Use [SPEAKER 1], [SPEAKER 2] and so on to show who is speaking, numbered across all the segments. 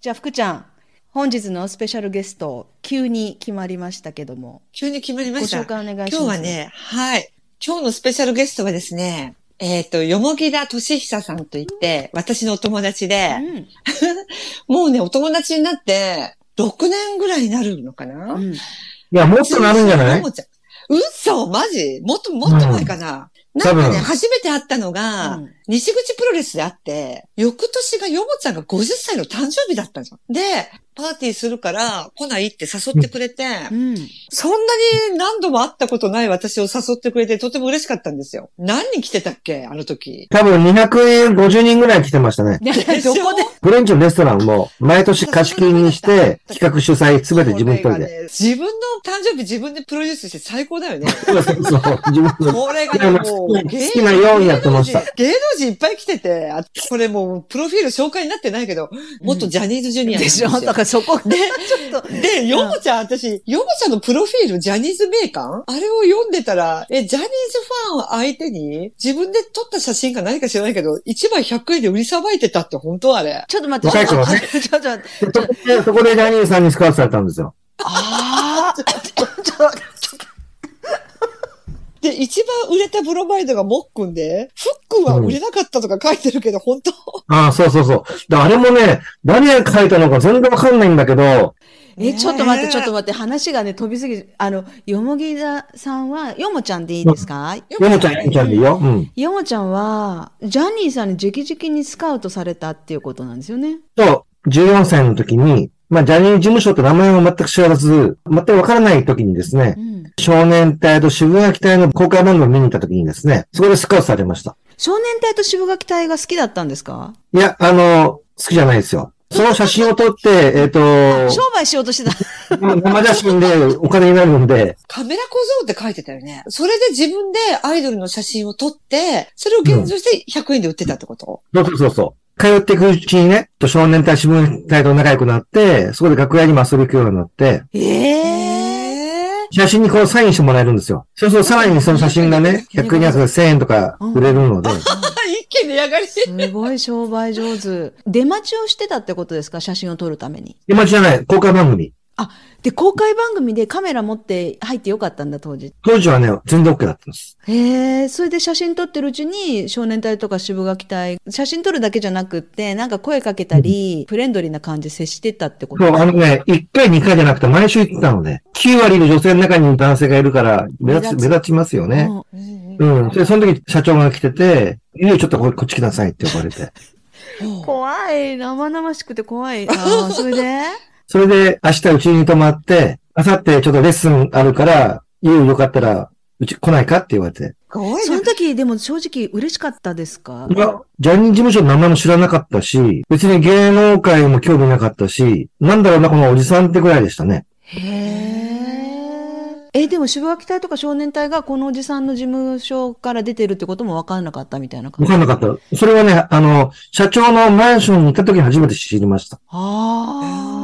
[SPEAKER 1] じゃあ、福ちゃん、本日のスペシャルゲスト、急に決まりましたけども、
[SPEAKER 2] 急に決まりま
[SPEAKER 1] ご
[SPEAKER 2] した。
[SPEAKER 1] 紹介お願いします。
[SPEAKER 2] 今日は、ね、はい。今日のスペシャルゲストはですね、えっ、と、よもぎだとしひささんといって、私のお友達
[SPEAKER 1] う
[SPEAKER 2] で、
[SPEAKER 1] ん、
[SPEAKER 2] もうね、お友達になって、6年ぐらいになるのかな、
[SPEAKER 1] うん、
[SPEAKER 3] いや、もっとなるんじゃない
[SPEAKER 2] もちゃん嘘マジもっと、もっと前かな、
[SPEAKER 3] ん
[SPEAKER 2] なんか
[SPEAKER 3] 多
[SPEAKER 2] ね、
[SPEAKER 3] 分
[SPEAKER 2] 初めて会ったのが、
[SPEAKER 1] うん
[SPEAKER 2] 西口プロレスであって、翌年がよもちゃんが50歳の誕生日だったじゃん。で、パーティーするから来ないって誘ってくれて、
[SPEAKER 1] うん、
[SPEAKER 2] そんなに何度も会ったことない私を誘ってくれてとても嬉しかったんですよ。何人来てたっけあの時。
[SPEAKER 3] 多分250人ぐらい来てましたね。
[SPEAKER 1] どこで、
[SPEAKER 3] フレンチのレストランも毎年貸し切りにして、企画主催すべて自分一人で。
[SPEAKER 2] で。自分の誕生日自分でプロデュースして最高だよね。
[SPEAKER 3] そうそうそう、自分の。
[SPEAKER 2] これ
[SPEAKER 3] いや
[SPEAKER 2] がね、
[SPEAKER 3] まあ
[SPEAKER 2] もう
[SPEAKER 3] 好きな好きなようにやってました
[SPEAKER 2] 芸能人芸能人いっぱい来てて、あこれもうプロフィール紹介になってないけど、元ジャニーズジュニアなん
[SPEAKER 1] で
[SPEAKER 2] です
[SPEAKER 1] しょ
[SPEAKER 2] よ。
[SPEAKER 1] だからそこで、ちょっと、
[SPEAKER 2] で、ヨモちゃん、私、ヨモちゃんのプロフィール、ジャニーズ名鑑あれを読んでたら、え、ジャニーズファンを相手に、自分で撮った写真か何か知らないけど、1枚100円で売りさばいてたって本当あれ。
[SPEAKER 1] ちょっと待って、
[SPEAKER 3] 若い頃ね
[SPEAKER 1] ちょっと待って、
[SPEAKER 3] でそこで、そこでジャニーさんにスカウトされたんですよ。
[SPEAKER 1] ああ、ちょっと、ちょっと
[SPEAKER 2] で、一番売れたブロマイドがモックンで、フックンは売れなかったとか書いてるけど、本当
[SPEAKER 3] ああ、そうそうそう。で、あれもね、何が書いたのか全然わかんないんだけど、
[SPEAKER 1] え、ちょっと待って、ちょっと待
[SPEAKER 2] 待
[SPEAKER 1] って、話がね、飛びすぎ、あの、よもぎださんは、よもちゃんでいいですか
[SPEAKER 3] ヨモちゃん、ヨモちゃんでいいよ。うん。
[SPEAKER 1] よもちゃんは、ジャニーさんに直々にスカウトされたっていうことなんですよね。
[SPEAKER 3] と、14歳の時に、まあ、ジャニーズ事務所って名前を全く知らず、全くわからない時にですね
[SPEAKER 1] う、ん。
[SPEAKER 3] 少年隊と渋谷隊の公開番組を見に行った時にですね、そこでスカウトされました。
[SPEAKER 1] 少年隊と渋垣隊が好きだったんですか
[SPEAKER 3] いや、あの、好きじゃないですよ。その写真を撮って、え
[SPEAKER 1] 商
[SPEAKER 3] っ、と、
[SPEAKER 1] 売しようとしてた。
[SPEAKER 3] 生写真でお金になるんで、
[SPEAKER 2] カメラ小僧って書いてたよね。それで自分でアイドルの写真を撮って、それを現像して100円で売ってたってこと、
[SPEAKER 3] そうそうそうそう。通っていくうちにね、と少年隊、渋谷隊と仲良くなって、そこで楽屋にも遊び行くようになって、
[SPEAKER 1] ええ
[SPEAKER 2] えー
[SPEAKER 3] 写真にこうサインしてもらえるんですよ。そうするとさらにその写真がね、100円やつで1000円とか売れるの で、
[SPEAKER 2] 一気に上がり。
[SPEAKER 1] すごい商売上手。出待ちをしてたってことですか写真を撮るために。
[SPEAKER 3] 今じゃない、公開番組。
[SPEAKER 1] で、公開番組でカメラ持って入ってよかったんだ、当時。
[SPEAKER 3] 当時はね、全然 OK だったんです。
[SPEAKER 1] へえ、それで写真撮ってるうちに、少年隊とか渋垣隊、写真撮るだけじゃなくって、なんか声かけたり、フレンドリーな感じ接してたってこ
[SPEAKER 3] そ
[SPEAKER 1] と
[SPEAKER 3] う、あのね、1回2回じゃなくて毎週行ってたので、9割の女性の中に男性がいるから、目立
[SPEAKER 1] 目立
[SPEAKER 3] つ、
[SPEAKER 1] つ
[SPEAKER 3] 目立ちますよね。
[SPEAKER 1] うん
[SPEAKER 3] うん。で、その時、社長が来てて、いよいよちょっとここっち来なさいって呼ばれて。
[SPEAKER 1] 怖い。生々しくて怖い。ああ、それ で
[SPEAKER 3] それで、明日うちに泊まって、明後日ちょっとレッスンあるから、いよいよよかったら、うち来ないかって言われて。
[SPEAKER 2] 怖い
[SPEAKER 1] そ
[SPEAKER 2] な
[SPEAKER 1] の。時、でも正直嬉しかったですか
[SPEAKER 3] いや、ジャニーズ事務所の名前も知らなかったし、別に芸能界も興味なかったし、なんだろうな、このおじさんってぐらいでしたね。
[SPEAKER 1] へえ。え、でも渋垣隊とか少年隊がこのおじさんの事務所から出てるってことも分かんなかったみたいな感
[SPEAKER 3] わ
[SPEAKER 1] じ。
[SPEAKER 3] かんなかった。それはね、あの、社長のマンションに行った時に初めて知りました。
[SPEAKER 1] ああ。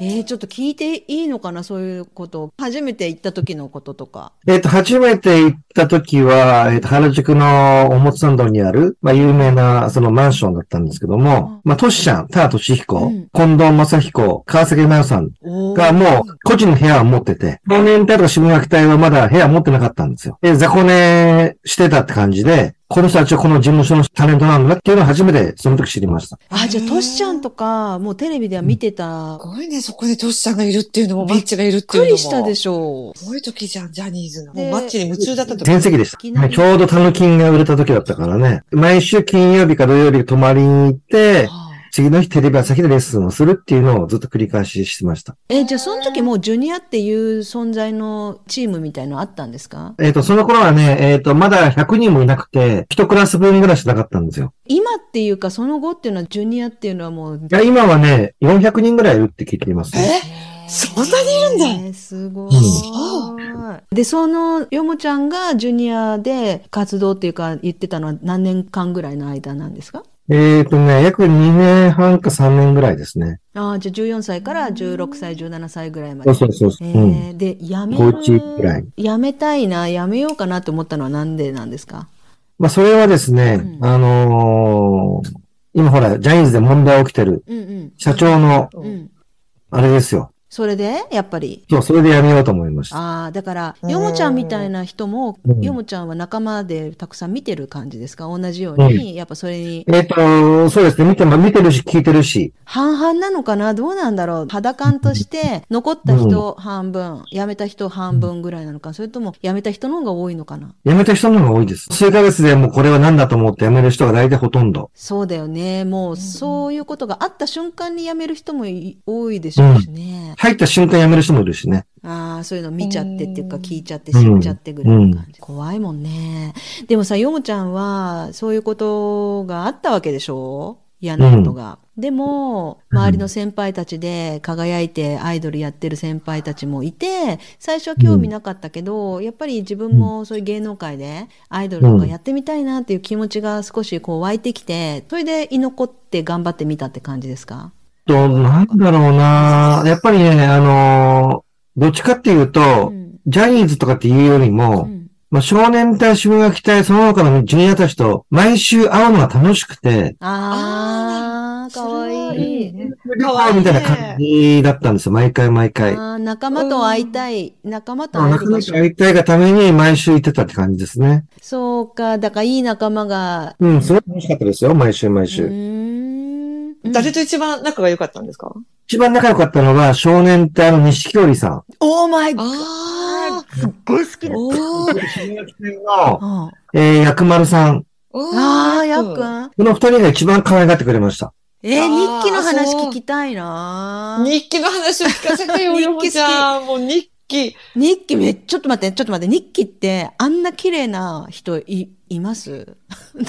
[SPEAKER 1] えー、ちょっと聞いていいのかなそういうこと。初めて行った時のこととか。
[SPEAKER 3] えっ、と、初めて行った時は、えっ、と、原宿の表参道にある、まあ、有名な、そのマンションだったんですけども、まあ、トシちゃん、田田俊彦、
[SPEAKER 1] うん
[SPEAKER 3] 近藤正彦、川崎真代さん
[SPEAKER 1] お
[SPEAKER 3] がもう、個人の部屋を持ってて、少年隊とか渋垣隊はまだ部屋持ってなかったんですよ。で、雑魚寝してたって感じで、この人たちはこの事務所のタレントなんだっていうのを初めてその時知りました。
[SPEAKER 1] あ、じゃあ、トシちゃんとか、もうテレビでは見てた
[SPEAKER 2] す。ごいね、そこでトシさんがいるっていうのも、マッチがいるっ
[SPEAKER 1] び
[SPEAKER 2] て
[SPEAKER 1] っ
[SPEAKER 2] い
[SPEAKER 1] く
[SPEAKER 2] うのも。
[SPEAKER 1] りしたでしょう。
[SPEAKER 2] すごい時じゃん、ジャニーズの。
[SPEAKER 1] で
[SPEAKER 2] もうマッチに夢中だったと
[SPEAKER 3] 全席でした。
[SPEAKER 1] いきなり
[SPEAKER 3] ちょうどタヌキンが売れた時だったからね。毎週金曜日か土曜日泊まりに行って、次の日テレビ朝日でレッスンをするっていうのをずっと繰り返ししてました。
[SPEAKER 1] え、じゃあその時もうジュニアっていう存在のチームみたいのあったんですか
[SPEAKER 3] えっ、と、その頃はね、えっ、と、まだ100人もいなくて、一クラス分ぐらいしかなかったんですよ。
[SPEAKER 1] 今っていうかその後っていうのはジュニアっていうのはもう
[SPEAKER 3] い。や、今はね、400人ぐらいいるって聞いています、ね。
[SPEAKER 2] えそんなにいるんだ
[SPEAKER 1] ねすごい。で、そのよもちゃんがジュニアで活動っていうか言ってたのは何年間ぐらいの間なんですか
[SPEAKER 3] えっ、とね、約2年半か3年ぐらいですね。
[SPEAKER 1] ああ、じゃあ14歳から16歳、17歳ぐらいまで
[SPEAKER 3] そう。そうそうそう。
[SPEAKER 1] え
[SPEAKER 3] うん。
[SPEAKER 1] ー、で、やめ
[SPEAKER 3] 高一くらい
[SPEAKER 1] る、やめたいな、やめようかなって思ったのはなんでなんですか
[SPEAKER 3] まあ、それはですね、
[SPEAKER 1] うん
[SPEAKER 3] あのー今ほら、ジャニーズで問題起きてる。
[SPEAKER 1] うん
[SPEAKER 3] 社長の、
[SPEAKER 1] う
[SPEAKER 2] うん
[SPEAKER 1] ん。
[SPEAKER 3] あれですよ。
[SPEAKER 1] それで、やっぱり。
[SPEAKER 3] そう、それでやめようと思いました。
[SPEAKER 1] ああ、だから、
[SPEAKER 2] うん
[SPEAKER 1] ヨモちゃんみたいな人も
[SPEAKER 3] う、ん
[SPEAKER 1] ヨモちゃんは仲間でたくさん見てる感じですか同じよう
[SPEAKER 3] う
[SPEAKER 1] に、やっぱそれに、
[SPEAKER 3] えっ、と、そうですね。見ても、見てるし、聞いてるし。
[SPEAKER 1] 半々なのかなどうなんだろう肌感として、残った人半分、辞めた人半分ぐらいなのか、それとも辞めた人の方が多いのかな
[SPEAKER 3] 辞めた人の方が多いです。数ヶ月でもうこれは何だと思って辞める人が大体ほとんど。
[SPEAKER 1] そうだよね。もう、そういうことがあった瞬間に辞める人もい多いでしょうしね。
[SPEAKER 3] 入った瞬間辞める人もいるしね。
[SPEAKER 1] ああ、そういうの見ちゃってっていうか、
[SPEAKER 2] うん
[SPEAKER 1] 聞いちゃって、
[SPEAKER 3] う
[SPEAKER 1] 知
[SPEAKER 3] ん
[SPEAKER 1] っちゃってぐらいの感じ。怖いもんね。でもさ、ヨモちゃんは、そういうことがあったわけでしょ嫌なことが。でも、
[SPEAKER 3] うん
[SPEAKER 1] 周りの先輩たちで輝いてアイドルやってる先輩たちもいて、最初は興味なかったけど、やっぱり自分もそういう芸能界でアイドルとかやってみたいなっていう気持ちが少しこう湧いてきて、それで居残って頑張ってみたって感じですか
[SPEAKER 3] と、なんだろうなやっぱりね、あのーどっちかっていうと、
[SPEAKER 1] うん
[SPEAKER 3] ジャニーズとかっていうよりも、
[SPEAKER 1] うん
[SPEAKER 3] まあ、少年隊、修学隊、その他のジュニアたちと毎週会うのが楽しくて、
[SPEAKER 1] ああ、かわ
[SPEAKER 2] それ
[SPEAKER 1] い
[SPEAKER 2] はいい。ね
[SPEAKER 3] かわいみたいな感じだったんですよ。毎回毎回。
[SPEAKER 1] ああ、仲間と会いたい。仲間と
[SPEAKER 3] まあ
[SPEAKER 1] 会え
[SPEAKER 3] な
[SPEAKER 1] る
[SPEAKER 3] かな
[SPEAKER 1] 場
[SPEAKER 3] か
[SPEAKER 1] 所。
[SPEAKER 3] 会いたいがために毎週行ってたって感じですね。
[SPEAKER 1] そうか。だからいい仲間が。
[SPEAKER 3] うん、すごい楽しかったですよ。毎週毎
[SPEAKER 1] う
[SPEAKER 3] 週。
[SPEAKER 1] ーん。
[SPEAKER 2] 誰
[SPEAKER 1] と
[SPEAKER 2] と一番仲が良かったんですか
[SPEAKER 3] 一番仲良かったのは少年隊の西京里さん。
[SPEAKER 1] オーマイ
[SPEAKER 2] あ
[SPEAKER 1] すっごい好き
[SPEAKER 2] ー
[SPEAKER 1] だ。
[SPEAKER 2] おー
[SPEAKER 3] の、
[SPEAKER 1] あ
[SPEAKER 3] えー、薬丸さん。
[SPEAKER 2] おー
[SPEAKER 1] あー、やっくん。
[SPEAKER 3] この二人が一番可愛がってくれました。
[SPEAKER 1] えー、
[SPEAKER 2] あー
[SPEAKER 1] 日記の話
[SPEAKER 2] そう
[SPEAKER 1] 聞きたいなー
[SPEAKER 2] 日記の話を聞かせてよ、
[SPEAKER 1] 日記
[SPEAKER 2] よ
[SPEAKER 1] 好き
[SPEAKER 2] もちゃん。もう日記。
[SPEAKER 1] 日記め、ちょっと待って、ちょっと待って、日記ってあんな綺麗な人い、います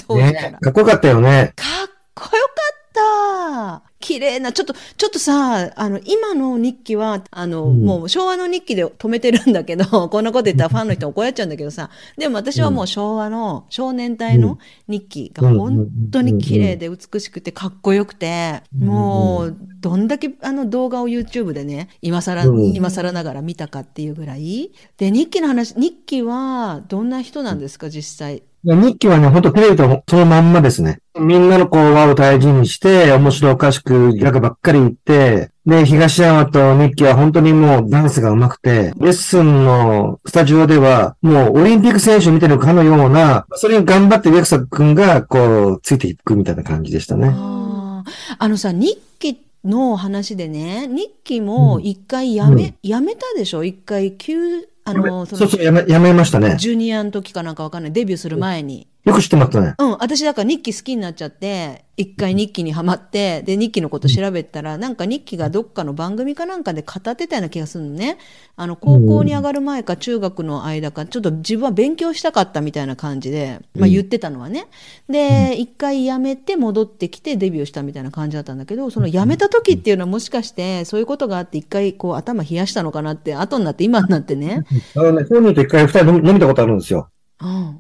[SPEAKER 1] どうしたら
[SPEAKER 3] ね。。かっこよかったよね。
[SPEAKER 1] かっこよかった。綺麗な、ちょっと、ちょっとさ、あの、今の日記は、あの、
[SPEAKER 3] うん
[SPEAKER 1] もう昭和の日記で止めてるんだけど、 こんなこと言ったらファンの人怒られちゃうんだけどさ、でも私はもう昭和の少年隊
[SPEAKER 3] う
[SPEAKER 1] の日記が
[SPEAKER 3] うん
[SPEAKER 1] 本当に綺麗で美しくてかっこよくて、
[SPEAKER 3] うん
[SPEAKER 1] もう、どんだけあの動画を YouTube でね、今更、
[SPEAKER 3] うん
[SPEAKER 1] 今更ながら見たかっていうぐらい。で、日記の話、日記はどんな人なんですか、実際。
[SPEAKER 3] いや日記はね、ほんとテレビとそのまんまですね。みんなのこう輪を大事にして、面白おかしくギャグばっかり言って、で、東山と日記は本当にもうダンスが上手くて、レッスンのスタジオでは、もうオリンピック選手見てるかのような、それに頑張ってレクサ君がこう、ついていくみたいな感じでしたね。
[SPEAKER 1] あーあのさ、日記の話でね、日記も
[SPEAKER 3] うん
[SPEAKER 1] 一回やめ、やめたでしょ一回休、あの、そ
[SPEAKER 3] そう
[SPEAKER 1] の
[SPEAKER 3] そう、やめ、やめましたね。
[SPEAKER 1] ジュニアの時かなんかわかんない。デビューする前に。
[SPEAKER 3] よく知ってましたね。
[SPEAKER 1] うん、私だから日記好きになっちゃって、一回日記にハマって、で、日記のこと調べたら、なんか日記がどっかの番組かなんかで語ってたような気がするのね。あの、高校に上がる前か中学の間か、ちょっと自分は勉強したかったみたいな感じで、まあ
[SPEAKER 3] うん
[SPEAKER 1] 言ってたのはね。で、一回辞めて戻ってきてデビューしたみたいな感じだったんだけど、その辞めた時っていうのはもしかして、そういうことがあって一回こう頭冷やしたのかなって、後になって今になってね。
[SPEAKER 3] あのね、本人と一回二人飲み飲みたことあるんですよ。
[SPEAKER 1] うん。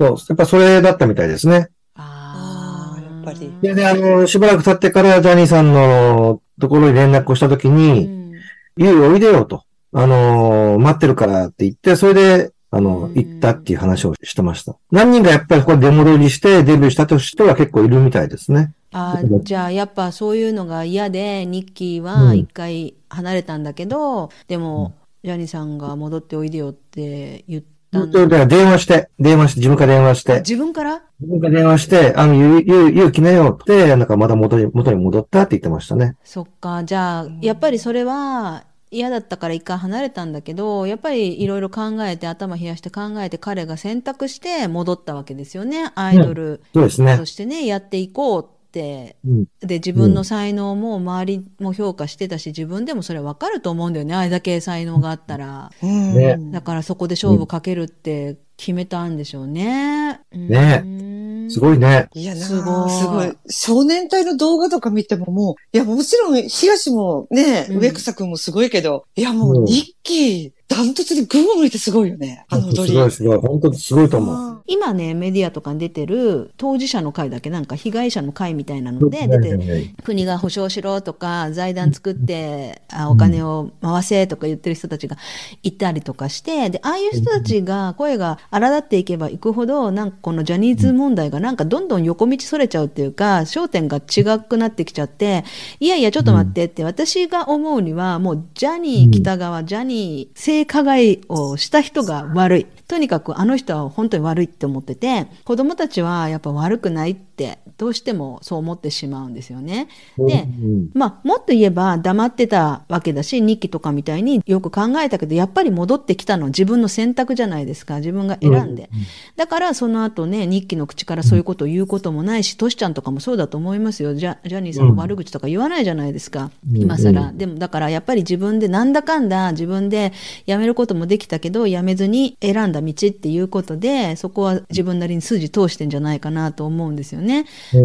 [SPEAKER 3] そう、やっぱそれだったみたいですね。
[SPEAKER 1] あ
[SPEAKER 2] あーやっぱり
[SPEAKER 3] で、ね、あの、しばらく経ってからジャニーさんのところに連絡をしたとき
[SPEAKER 1] う
[SPEAKER 3] に、
[SPEAKER 1] ん
[SPEAKER 3] ゆうおいでよと、あのー待ってるからって言って、それで、あ
[SPEAKER 1] う
[SPEAKER 3] の
[SPEAKER 1] ん、
[SPEAKER 3] 行ったっていう話をしてました。何人かやっぱりここで出戻りしてデビューしたと人は結構いるみたいですね。
[SPEAKER 1] あ
[SPEAKER 3] だけど
[SPEAKER 1] じゃあやっぱそういうのが嫌でニッキーは
[SPEAKER 3] うん
[SPEAKER 1] 一回離れたんだけど、でもジャニーさんが戻っておいでよって言ったん
[SPEAKER 3] それ
[SPEAKER 1] だ
[SPEAKER 3] で電話して、電話して、自分から電話して、
[SPEAKER 1] 自分から
[SPEAKER 3] 自分から電話して、あの、ゆう、ゆう、ゆう来なよって、なんかまた元に、元に戻ったって言ってましたね。
[SPEAKER 1] そっかじゃあやっぱりそれは嫌だったから一回離れたんだけどやっぱりいろいろ考えて頭冷やして考えて彼が選択して戻ったわけですよねアイドル
[SPEAKER 3] そうですね
[SPEAKER 1] と。してね、やっていこうって
[SPEAKER 3] うん。
[SPEAKER 1] で自分の才能も周りも評価してたし自分でもそれ分かると思うんだよねあれだけ才能があったら。
[SPEAKER 2] うん
[SPEAKER 3] ね
[SPEAKER 1] だからそこで勝負かけるって決めたんでしょうね。
[SPEAKER 3] ね
[SPEAKER 1] ね
[SPEAKER 3] す
[SPEAKER 1] い。
[SPEAKER 3] ごいね。
[SPEAKER 2] いやなあ
[SPEAKER 1] すごい
[SPEAKER 2] すごい。少年隊の動画とか見てももう、いや、もちろん、東もね、
[SPEAKER 1] うん
[SPEAKER 2] 植草くんもすごいけど、いや、もう、
[SPEAKER 3] うん
[SPEAKER 2] 日記、ダントツで群を抜いてすごいよね。あの踊
[SPEAKER 3] す
[SPEAKER 2] り。
[SPEAKER 3] ごいすごい。本当にすごいと思う。
[SPEAKER 1] 今ね、メディアとかに出てる当事者の会だっけなんか被害者の会みたいなので出てる国が保証しろとか財団作ってあお金を回せとか言ってる人たちがいたりとかしてでああいう人たちが声が荒立っていけばいくほどなんかこのジャニーズ問題がなんかどんどん横道それちゃうっていうか焦点が違くなってきちゃっていやいやちょっと待ってって私が思うにはもうジャニー北川ジャニー性加害をした人が悪い。とにかくあの人は本当に悪いって思ってて子供たちはやっぱ悪くないってどうしてもそう思ってしまうんですよね。で、
[SPEAKER 3] うん
[SPEAKER 1] まあ、もっと言えば黙ってたわけだし、日記とかみたいによく考えたけど、やっぱり戻ってきたのは自分の選択じゃないですか。自分が選んで。だから、その後ね、日記の口からそういうことを言うこともないし、トシちゃんとかもそうだと思いますよ。ジャジャニーさんの悪口とか言わないじゃないですか。
[SPEAKER 3] うん
[SPEAKER 1] 今更。
[SPEAKER 3] う
[SPEAKER 1] でも、だからやっぱり自分でなんだかんだ自分で辞めることもできたけど、辞めずに選んだ道っていうことで、そこは自分なりに筋通してんじゃないかなと思うんですよね。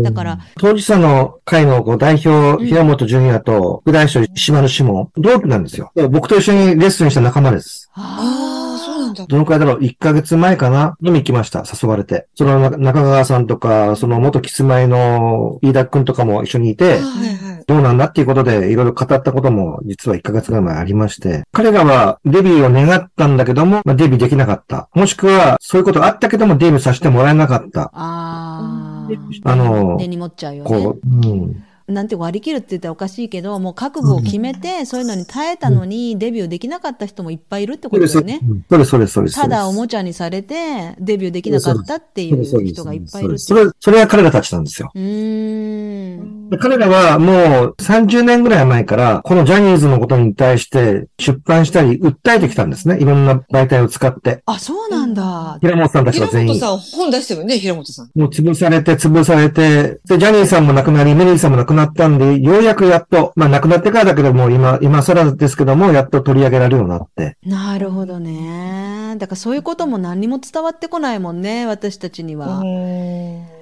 [SPEAKER 1] だから、
[SPEAKER 3] 当事者の会のこう代表、
[SPEAKER 1] うん
[SPEAKER 3] 平本淳也と、副代表、島野志も、同期なんですよ。で僕と一緒にレッスンした仲間です。
[SPEAKER 2] ああ、そうなんだ。
[SPEAKER 3] どのくらいだろう ?1 ヶ月前かな飲み行きました。誘われて。その中中川さんとか、その元キスマイの飯田くんとかも一緒にいて、
[SPEAKER 2] はいはい。
[SPEAKER 3] どうなんだっていうことで、いろいろ語ったことも、実は1ヶ月ぐらい前ありまして、彼らはデビューを願ったんだけども、まあ、デビューできなかった。もしくは、そういうことあったけども、デビューさせてもらえなかった。
[SPEAKER 1] ああ。
[SPEAKER 3] あの、
[SPEAKER 1] 根に持っちゃうよね
[SPEAKER 3] こ。う、うん。
[SPEAKER 1] なんて割り切るって言ったらおかしいけど、もう覚悟を決めて、そういうのに耐えたのに、デビューできなかった人もいっぱいいるってことだよね。
[SPEAKER 3] そうです、そうです、そうです。
[SPEAKER 1] ただおもちゃにされて、デビューできなかったってい
[SPEAKER 3] そうですそう
[SPEAKER 1] う
[SPEAKER 3] です
[SPEAKER 1] 人がいっぱいい
[SPEAKER 3] そう
[SPEAKER 1] る
[SPEAKER 3] で
[SPEAKER 1] っ
[SPEAKER 3] す
[SPEAKER 1] て。
[SPEAKER 3] それ、それは彼らたちなんですよ。
[SPEAKER 1] うーん。
[SPEAKER 3] 彼らはもう30年ぐらい前から、このジャニーズのことに対して出版したり、訴えてきたんですね。いろんな媒体を使って。
[SPEAKER 1] あ、そうなんだ。
[SPEAKER 3] 平本さんたち
[SPEAKER 2] 平
[SPEAKER 3] は全
[SPEAKER 2] 本
[SPEAKER 3] 員。
[SPEAKER 2] さん、本出してるよね、平本さん。
[SPEAKER 3] もう潰されて、潰されて、で、ジャニーさんも亡くなり、メリーさんも亡くなったんで、ようやくやっと、まあ亡くなってからだけども、今、今更ですけども、やっと取り上げられるようになって。
[SPEAKER 1] なるほどね。だからそういうことも何にも伝わってこないもんね、私たちには。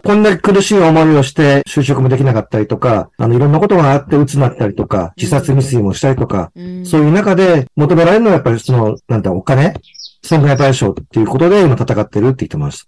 [SPEAKER 3] こんなに苦しい思いをして、就職もできなかったりとか、あの、いろんなことがあって、鬱になったりとか、自殺未遂もしたりとか、
[SPEAKER 1] うん
[SPEAKER 3] そういう中で求められるのはやっぱりその、なんだ、お金損害賠償っていうことで今戦ってるって言ってました。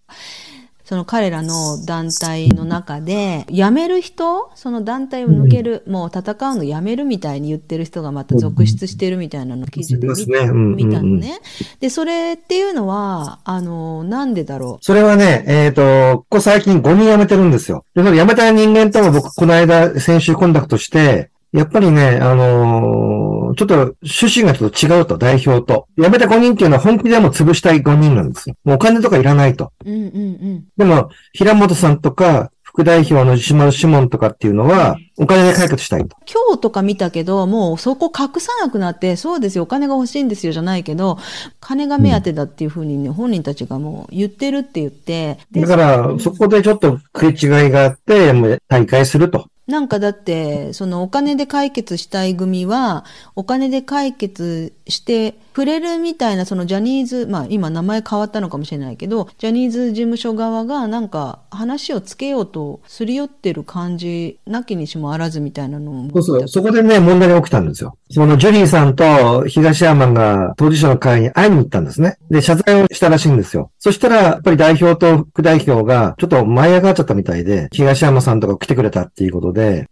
[SPEAKER 1] その彼らの団体の中で、辞める人、その団体を抜ける、もう戦うのやめるみたいに言ってる人がまた続出してるみたいなの記事で見,、
[SPEAKER 3] いますねうん
[SPEAKER 1] 見た
[SPEAKER 3] うんう
[SPEAKER 1] の
[SPEAKER 3] ん
[SPEAKER 1] ね。で、それっていうのは、あの、なんでだろ
[SPEAKER 3] それはね、えっ、と、ここ最近5人辞めてるんですよ。で、その辞めた人間とも僕、この間、先週コンタクトして、やっぱりね、あのーちょっと趣旨がちょっと違うと、代表と。辞めた5人っていうのは本気でもう潰したい5人なんですよ。もうお金とかいらないと。
[SPEAKER 1] う。うんうんうん。
[SPEAKER 3] でも、平本さんとか、副代表の島野志門とかっていうのは、お金で解決したいと。
[SPEAKER 1] 今日とか見たけど、もうそこ隠さなくなって、そうですよ、お金が欲しいんですよじゃないけど、金が目当てだっていうふうにね、本人たちがもう言ってるって言って、で
[SPEAKER 3] だから、そこでちょっと食い違いがあって、もう大会すると。
[SPEAKER 1] なんかだって、そのお金で解決したい組は、お金で解決してくれるみたいな、そのジャニーズ、まあ今名前変わったのかもしれないけど、ジャニーズ事務所側がなんか話をつけようとすり寄ってる感じ、なきにしもあらずみたいなのを
[SPEAKER 3] そうそう。そこでね、問題が起きたんですよ。そのジュリーさんと東山が当事者の会に会いに行ったんですね。で、謝罪をしたらしいんですよ。そしたら、やっぱり代表と副代表がちょっと舞い上がっちゃったみたいで、東山さんとか来てくれたっていうことで、で、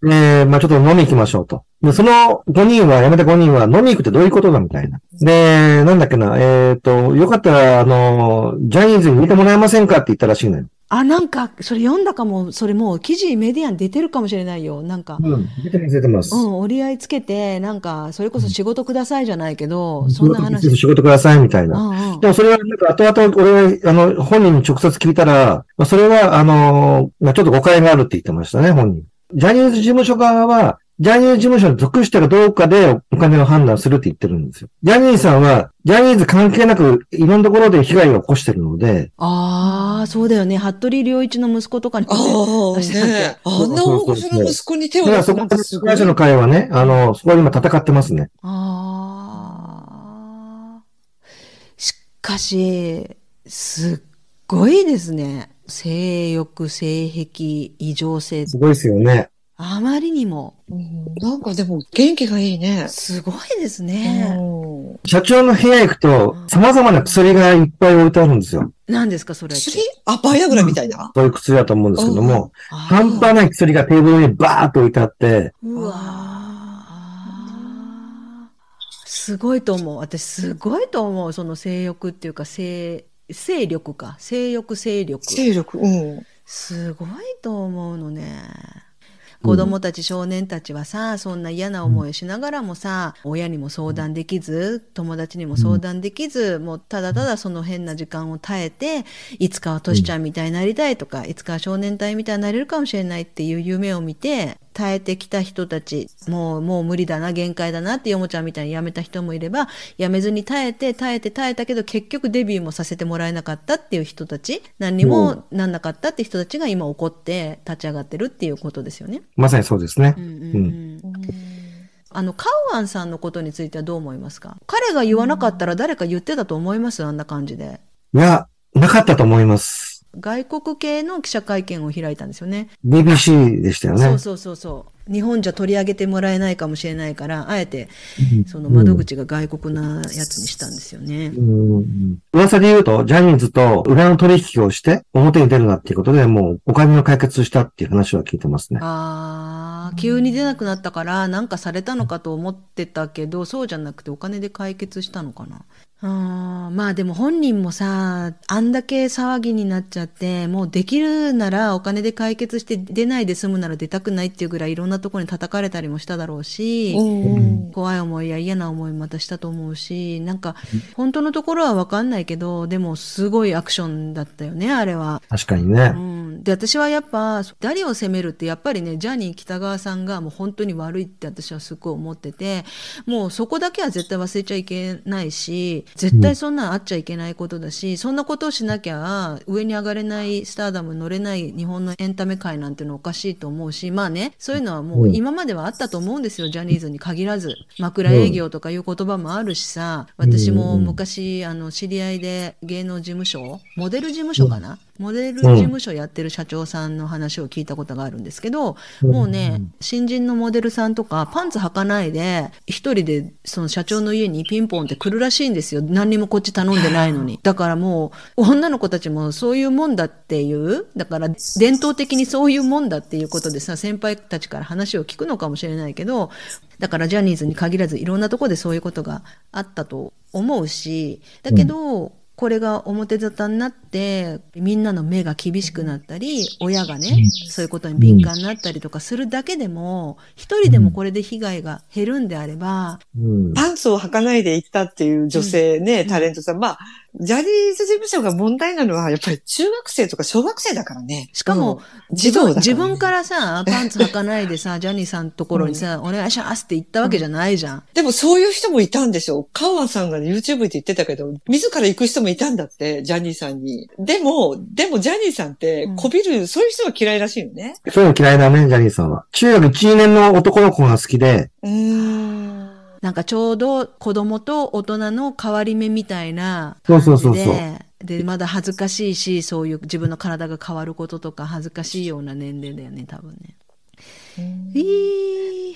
[SPEAKER 3] まあちょっと飲み行きましょうと。で、その5人は、やめた5人は飲み行くってどういうことだみたいな。で、なんだっけな、えっ、と、よかったら、あの、ジャニーズに入れてもらえませんかって言ったらしいのよ。
[SPEAKER 1] あ、なんか、それ読んだかも、それもう記事メディアに出てるかもしれないよ。なんか、
[SPEAKER 3] うん。出てます、出てます。
[SPEAKER 1] うん、折り合いつけて、なんか、それこそ仕事くださいじゃないけど、
[SPEAKER 3] 仕
[SPEAKER 1] そんな
[SPEAKER 3] 事
[SPEAKER 1] 話。
[SPEAKER 3] 仕事ください、みたいな
[SPEAKER 1] う。んうん
[SPEAKER 3] でもそれは、なんか、後々、俺、あの、本人に直接聞いたら、まあ、それは、あの、まあ、ちょっと誤解があるって言ってましたね、本人。ジャニーズ事務所側は、ジャニーズ事務所に属してかどうかでお金を判断するって言ってるんですよ。ジャニーさんは、ジャニーズ関係なく、いろんなところで被害を起こしてるので、
[SPEAKER 1] ああ、そうだよね。服部良一の息子とかにも
[SPEAKER 2] あ
[SPEAKER 1] ね。
[SPEAKER 2] あ、ねあんな大御所の息子に手
[SPEAKER 3] だ
[SPEAKER 2] を
[SPEAKER 3] から
[SPEAKER 2] 出
[SPEAKER 3] そ
[SPEAKER 2] す
[SPEAKER 3] こ
[SPEAKER 2] な
[SPEAKER 3] は
[SPEAKER 2] んてす
[SPEAKER 3] 被
[SPEAKER 2] ごい
[SPEAKER 3] 害。者の会はね、あの、そこは今戦ってますね。
[SPEAKER 1] ああ。しかし、すっごいですね。性欲、性癖、異常性。
[SPEAKER 3] すごいですよね。
[SPEAKER 1] あまりにも、
[SPEAKER 2] うんなんかでも元気がいいね。
[SPEAKER 1] すごいですね。
[SPEAKER 2] うんうん。
[SPEAKER 3] 社長の部屋行くと、様々な薬がいっぱい置いてあるんですよ。
[SPEAKER 1] 何ですか、それって。
[SPEAKER 2] 薬あ、バイアグラみたいな、
[SPEAKER 3] そういう薬だと思うんですけども、
[SPEAKER 1] あー
[SPEAKER 3] 半端ない薬がテーブルにバーっと置いてあって、
[SPEAKER 1] うわーすごいと思う私すごいと思うその性欲っていうか性性力か性欲性力
[SPEAKER 2] 勢力。うん。
[SPEAKER 1] すごいと思うのね子供たち少年たちはさそんな嫌な思いをしながらもさ親にも相談できず友達にも相談できずもうただただその変な時間を耐えていつかはトシちゃんみたいになりたいとかいつかは少年隊みたいになれるかもしれないっていう夢を見て耐えてきた人たちもうもう無理だな限界だなってよもちゃんみたいにやめた人もいればやめずに耐えて耐えて耐えたけど結局デビューもさせてもらえなかったっていう人たち何にもなんなかったって人たちが今怒って立ち上がってるっていうことですよね。
[SPEAKER 3] まさにそうですね
[SPEAKER 1] う。んうんうんあのカウアンさんのことについてはどう思いますか彼が言わなかったら誰か言ってたと思いますあんな感じで。
[SPEAKER 3] いや、なかったと思います。
[SPEAKER 1] 外国系の記者会見を開いたんですよね。
[SPEAKER 3] BBC でしたよね。
[SPEAKER 1] そうそうそうそう。日本じゃ取り上げてもらえないかもしれないから、あえてその窓口が外国なやつにしたんですよね。
[SPEAKER 3] うん噂で言うと、ジャニーズと裏の取引をして、表に出るなっていうことで、もうお金の解決したっていう話は聞いてますね。
[SPEAKER 1] ああ、急に出なくなったから、なんかされたのかと思ってたけど、そうじゃなくてお金で解決したのかな。あーまあでも本人もさ、あんだけ騒ぎになっちゃって、もうできるならお金で解決して出ないで済むなら出たくないっていうぐらいいろんなところに叩かれたりもしただろうし、
[SPEAKER 2] うん。
[SPEAKER 1] 怖い思いや嫌な思いまたしたと思うし、なんか本当のところはわかんないけど、でもすごいアクションだったよね、あれは。
[SPEAKER 3] 確かにね
[SPEAKER 1] う。ん、で私はやっぱ誰を責めるってやっぱりねジャニー喜多川さんがもう本当に悪いって私はすごい思っててもうそこだけは絶対忘れちゃいけないし絶対そんなんあっちゃいけないことだし、そんなことをしなきゃ上に上がれないスターダム乗れない日本のエンタメ界なんてのおかしいと思うしまあねそういうのはもう
[SPEAKER 3] うん
[SPEAKER 1] 今まではあったと思うんですよジャニーズに限らず枕営業とかいう言葉もあるしさ私も昔あの知り合いで芸能事務所モデル事務所かな、モデル事務所やってる社長さんの話を聞いたことがあるんですけど、もうね、新人のモデルさんとかパンツ履かないで、一人でその社長の家にピンポンって来るらしいんですよ。何にもこっち頼んでない のに。だからもう、女の子たちもそういうもんだっていう、だから伝統的にそういうもんだっていうことでさ、先輩たちから話を聞くのかもしれないけど、だからジャニーズに限らずいろんなとこでそういうことがあったと思うし、だけど、これが表沙汰になってみんなの目が厳しくなったり親がねそういうことに敏感になったりとかするだけでも一人でもこれで被害が減るんであれば、
[SPEAKER 3] うん
[SPEAKER 2] パンツを履かないで行ったっていう女性ね、
[SPEAKER 1] ん
[SPEAKER 2] タレントさん。まあ、ジャニーズ事務所が問題なのは、やっぱり中学生とか小学生だからね。
[SPEAKER 1] しかも、
[SPEAKER 2] うん、児童だから、ね。
[SPEAKER 1] 自分からさパンツ履かないで さジャニーさんのところにさ「お願いします」って言ったわけじゃないじゃん。
[SPEAKER 2] でもそういう人もいたんでしょカウアンさんが YouTube で言ってたけど、自ら行く人もいたんだって、ジャニーさんに。でも、でもジャニーさんって
[SPEAKER 1] うん、
[SPEAKER 2] こびる、そういう人は嫌いらしいよね。
[SPEAKER 3] そういうの嫌いだね、ジャニーさんは。中学1年の男の子が好きで、
[SPEAKER 2] うーん。
[SPEAKER 1] なんかちょうど子供と大人の変わり目みたいな感
[SPEAKER 3] そう
[SPEAKER 1] じで。
[SPEAKER 3] そうそうそう
[SPEAKER 1] で、まだ恥ずかしいし、そういう自分の体が変わることとか恥ずかしいような年齢だよね、多分ね。いー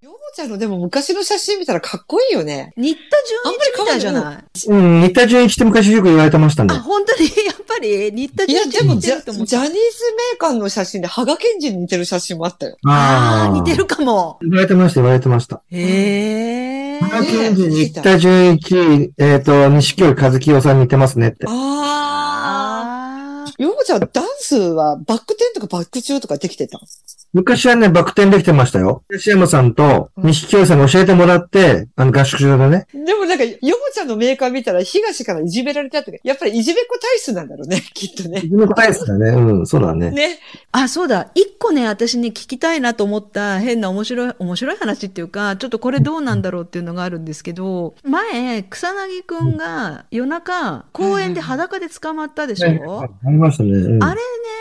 [SPEAKER 2] ヨモちゃんのでも昔の写真見たらかっこいいよね。
[SPEAKER 1] 新田純一みたいじゃない
[SPEAKER 3] うん、新田純一って昔よく言われてましたね
[SPEAKER 1] あ、。本当に、 やっぱり、新田
[SPEAKER 2] いや、
[SPEAKER 1] 純
[SPEAKER 2] で
[SPEAKER 1] 一
[SPEAKER 2] も
[SPEAKER 1] 似
[SPEAKER 2] ジ
[SPEAKER 1] て
[SPEAKER 2] ャ
[SPEAKER 1] ると
[SPEAKER 2] ジ
[SPEAKER 1] 思
[SPEAKER 2] ャ
[SPEAKER 1] った。
[SPEAKER 2] ニーズメーカーの写真で、ハガケンジに似てる写真もあったよ。
[SPEAKER 1] ああ、
[SPEAKER 3] ー
[SPEAKER 1] 似てるかも。
[SPEAKER 3] 言われてました、言われてました。
[SPEAKER 1] へえ。
[SPEAKER 2] あ
[SPEAKER 3] 新田
[SPEAKER 2] ね
[SPEAKER 3] 純一新田純一、えっと、西京和清さんに似てますねって。
[SPEAKER 2] ああ。
[SPEAKER 1] あー
[SPEAKER 2] ヨモちゃん、ダンスはバック転とかバック中とかできてた
[SPEAKER 3] 昔はね、バク転できてましたよ。東山さんと西京さんに教えてもらって、あの合宿所でね。
[SPEAKER 2] でもなんか、ヨモちゃんのメーカー見たら、東からいじめられたって、やっぱりいじめっ子体質なんだろうね、 きっとね。
[SPEAKER 3] 自分の答えですからね。うん、そうだね。
[SPEAKER 2] ね。
[SPEAKER 1] あ、そうだ。一個ね、私ね、聞きたいなと思った変な面白い、面白い話っていうか、ちょっとこれどうなんだろうっていうのがあるんですけど、前、草薙くんが夜中、公園で裸で捕まったでしょ、
[SPEAKER 3] ありましたね。うん
[SPEAKER 1] あれね、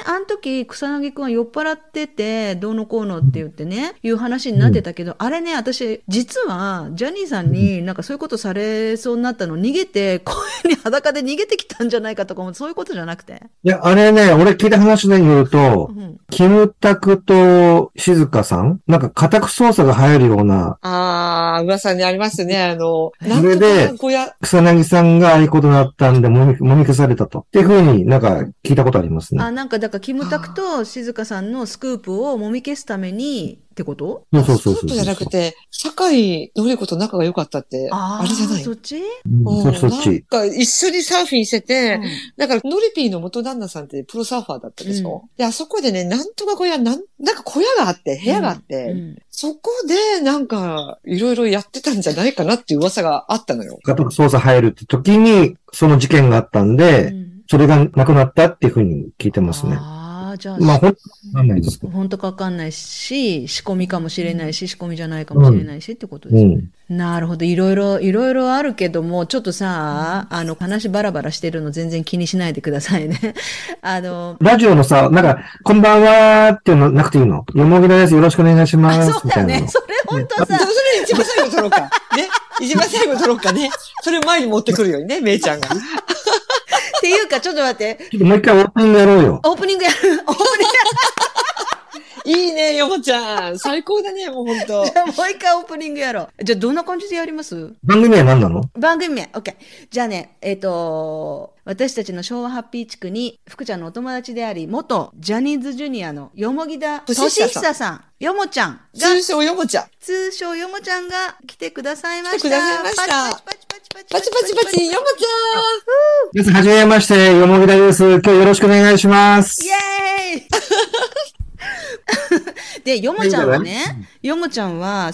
[SPEAKER 1] あの時、草薙くんは酔っ払ってて、どうのこうのって言ってね、いう話になってたけど、あれね、私、実は、ジャニーさんになんかそういうことされそうになったの、逃げて、声に裸で逃げてきたんじゃないかとかも、そういうことじゃなくて。
[SPEAKER 3] いや、あれね、俺聞いた話で言うと
[SPEAKER 1] う、ん。
[SPEAKER 3] キムタクと静香さんなんか家宅捜査が入るような、
[SPEAKER 2] ああ、噂にありますね。あの、なん
[SPEAKER 3] それ
[SPEAKER 2] と
[SPEAKER 3] で
[SPEAKER 2] か小屋、
[SPEAKER 3] 草薙さんがああいうことになったんで、もみ、もみ消されたと。っていうふうになんか聞いたことありますね
[SPEAKER 1] あ、。なんか、だから、キムタクと静香さんのスクープをもみ消すために、ってこと
[SPEAKER 3] そうそうそ
[SPEAKER 2] ス
[SPEAKER 3] うそ
[SPEAKER 2] クー
[SPEAKER 3] う。
[SPEAKER 2] プじゃなくて、酒井のり子と仲が良かったって、あれじゃない
[SPEAKER 1] そっち、
[SPEAKER 3] うんそっちそっ
[SPEAKER 2] うん
[SPEAKER 3] ち。
[SPEAKER 2] なんか一緒にサーフィンしてて、
[SPEAKER 1] うん
[SPEAKER 2] だから、ノリピーの元旦那さんってプロサーファーだったでしょ、で、あそこでね、なんとか小屋、なん、なんか小屋があって、部屋があって、
[SPEAKER 1] うん
[SPEAKER 2] そこで、なんか、いろいろやってたんじゃないかなっていう噂があったのよ。
[SPEAKER 3] 家宅捜査入るって時に、その事件があったん
[SPEAKER 1] う
[SPEAKER 3] で、
[SPEAKER 1] ん
[SPEAKER 3] それがなくなったっていうふうに聞いてますね。
[SPEAKER 1] ああ、じゃあ、
[SPEAKER 3] まあ、ほんとわかんないですけど。
[SPEAKER 1] 本当かわかんないし、仕込みかもしれないし、仕込みじゃないかもしれないしってことです
[SPEAKER 3] う
[SPEAKER 1] よね。
[SPEAKER 3] ん。
[SPEAKER 1] なるほど。いろいろ、いろいろあるけども、ちょっとさ、あの、話バラバラしてるの全然気にしないでくださいね。 あの、
[SPEAKER 3] ラジオのさ、なんか、こんばんはーっていうのなくていいの。よもぎらです。よろしくお願いしま
[SPEAKER 1] あ、
[SPEAKER 3] す。
[SPEAKER 1] そう
[SPEAKER 3] み
[SPEAKER 1] だ
[SPEAKER 3] た
[SPEAKER 1] よ
[SPEAKER 3] いな
[SPEAKER 1] ね。
[SPEAKER 3] の。
[SPEAKER 1] それ本当
[SPEAKER 2] でも
[SPEAKER 1] さ
[SPEAKER 2] そ、れ一番最後に取ろうか。 ね。一番最後に取ろうかね。それを前に持ってくるようにね、めいちゃんが。
[SPEAKER 1] っていうか、ちょっと待って、
[SPEAKER 3] ちょっともう一回オープニングやろうよ。
[SPEAKER 1] オープニングやる、オープニング
[SPEAKER 2] いいね、よもちゃん。最高だね、もうほんと。
[SPEAKER 1] やろう、もう一回オープニングやろう。じゃあ、どんな感じでやります
[SPEAKER 3] 番組は何なの
[SPEAKER 1] 番組名、OK。じゃあね、えっ、と、私たちの昭和ハッピー地区に、福ちゃんのお友達であり、元ジャニーズジュニアのよもぎだ
[SPEAKER 2] 年
[SPEAKER 1] 俊
[SPEAKER 2] 下さん
[SPEAKER 1] 久さん、よもちゃんが、
[SPEAKER 2] 通称よもちゃん。
[SPEAKER 1] 通称よもちゃんが来てくださいました。
[SPEAKER 2] 来てくださいました
[SPEAKER 1] パチパチパチ
[SPEAKER 2] パ
[SPEAKER 1] パ
[SPEAKER 2] チ
[SPEAKER 1] チ
[SPEAKER 2] パチパチ、よもちゃん。
[SPEAKER 3] 皆さん、はじめまして。よもぎらです。今日よろしくお願いします。
[SPEAKER 1] イエーイ で、ヨモちゃんはね、ヨモちゃんは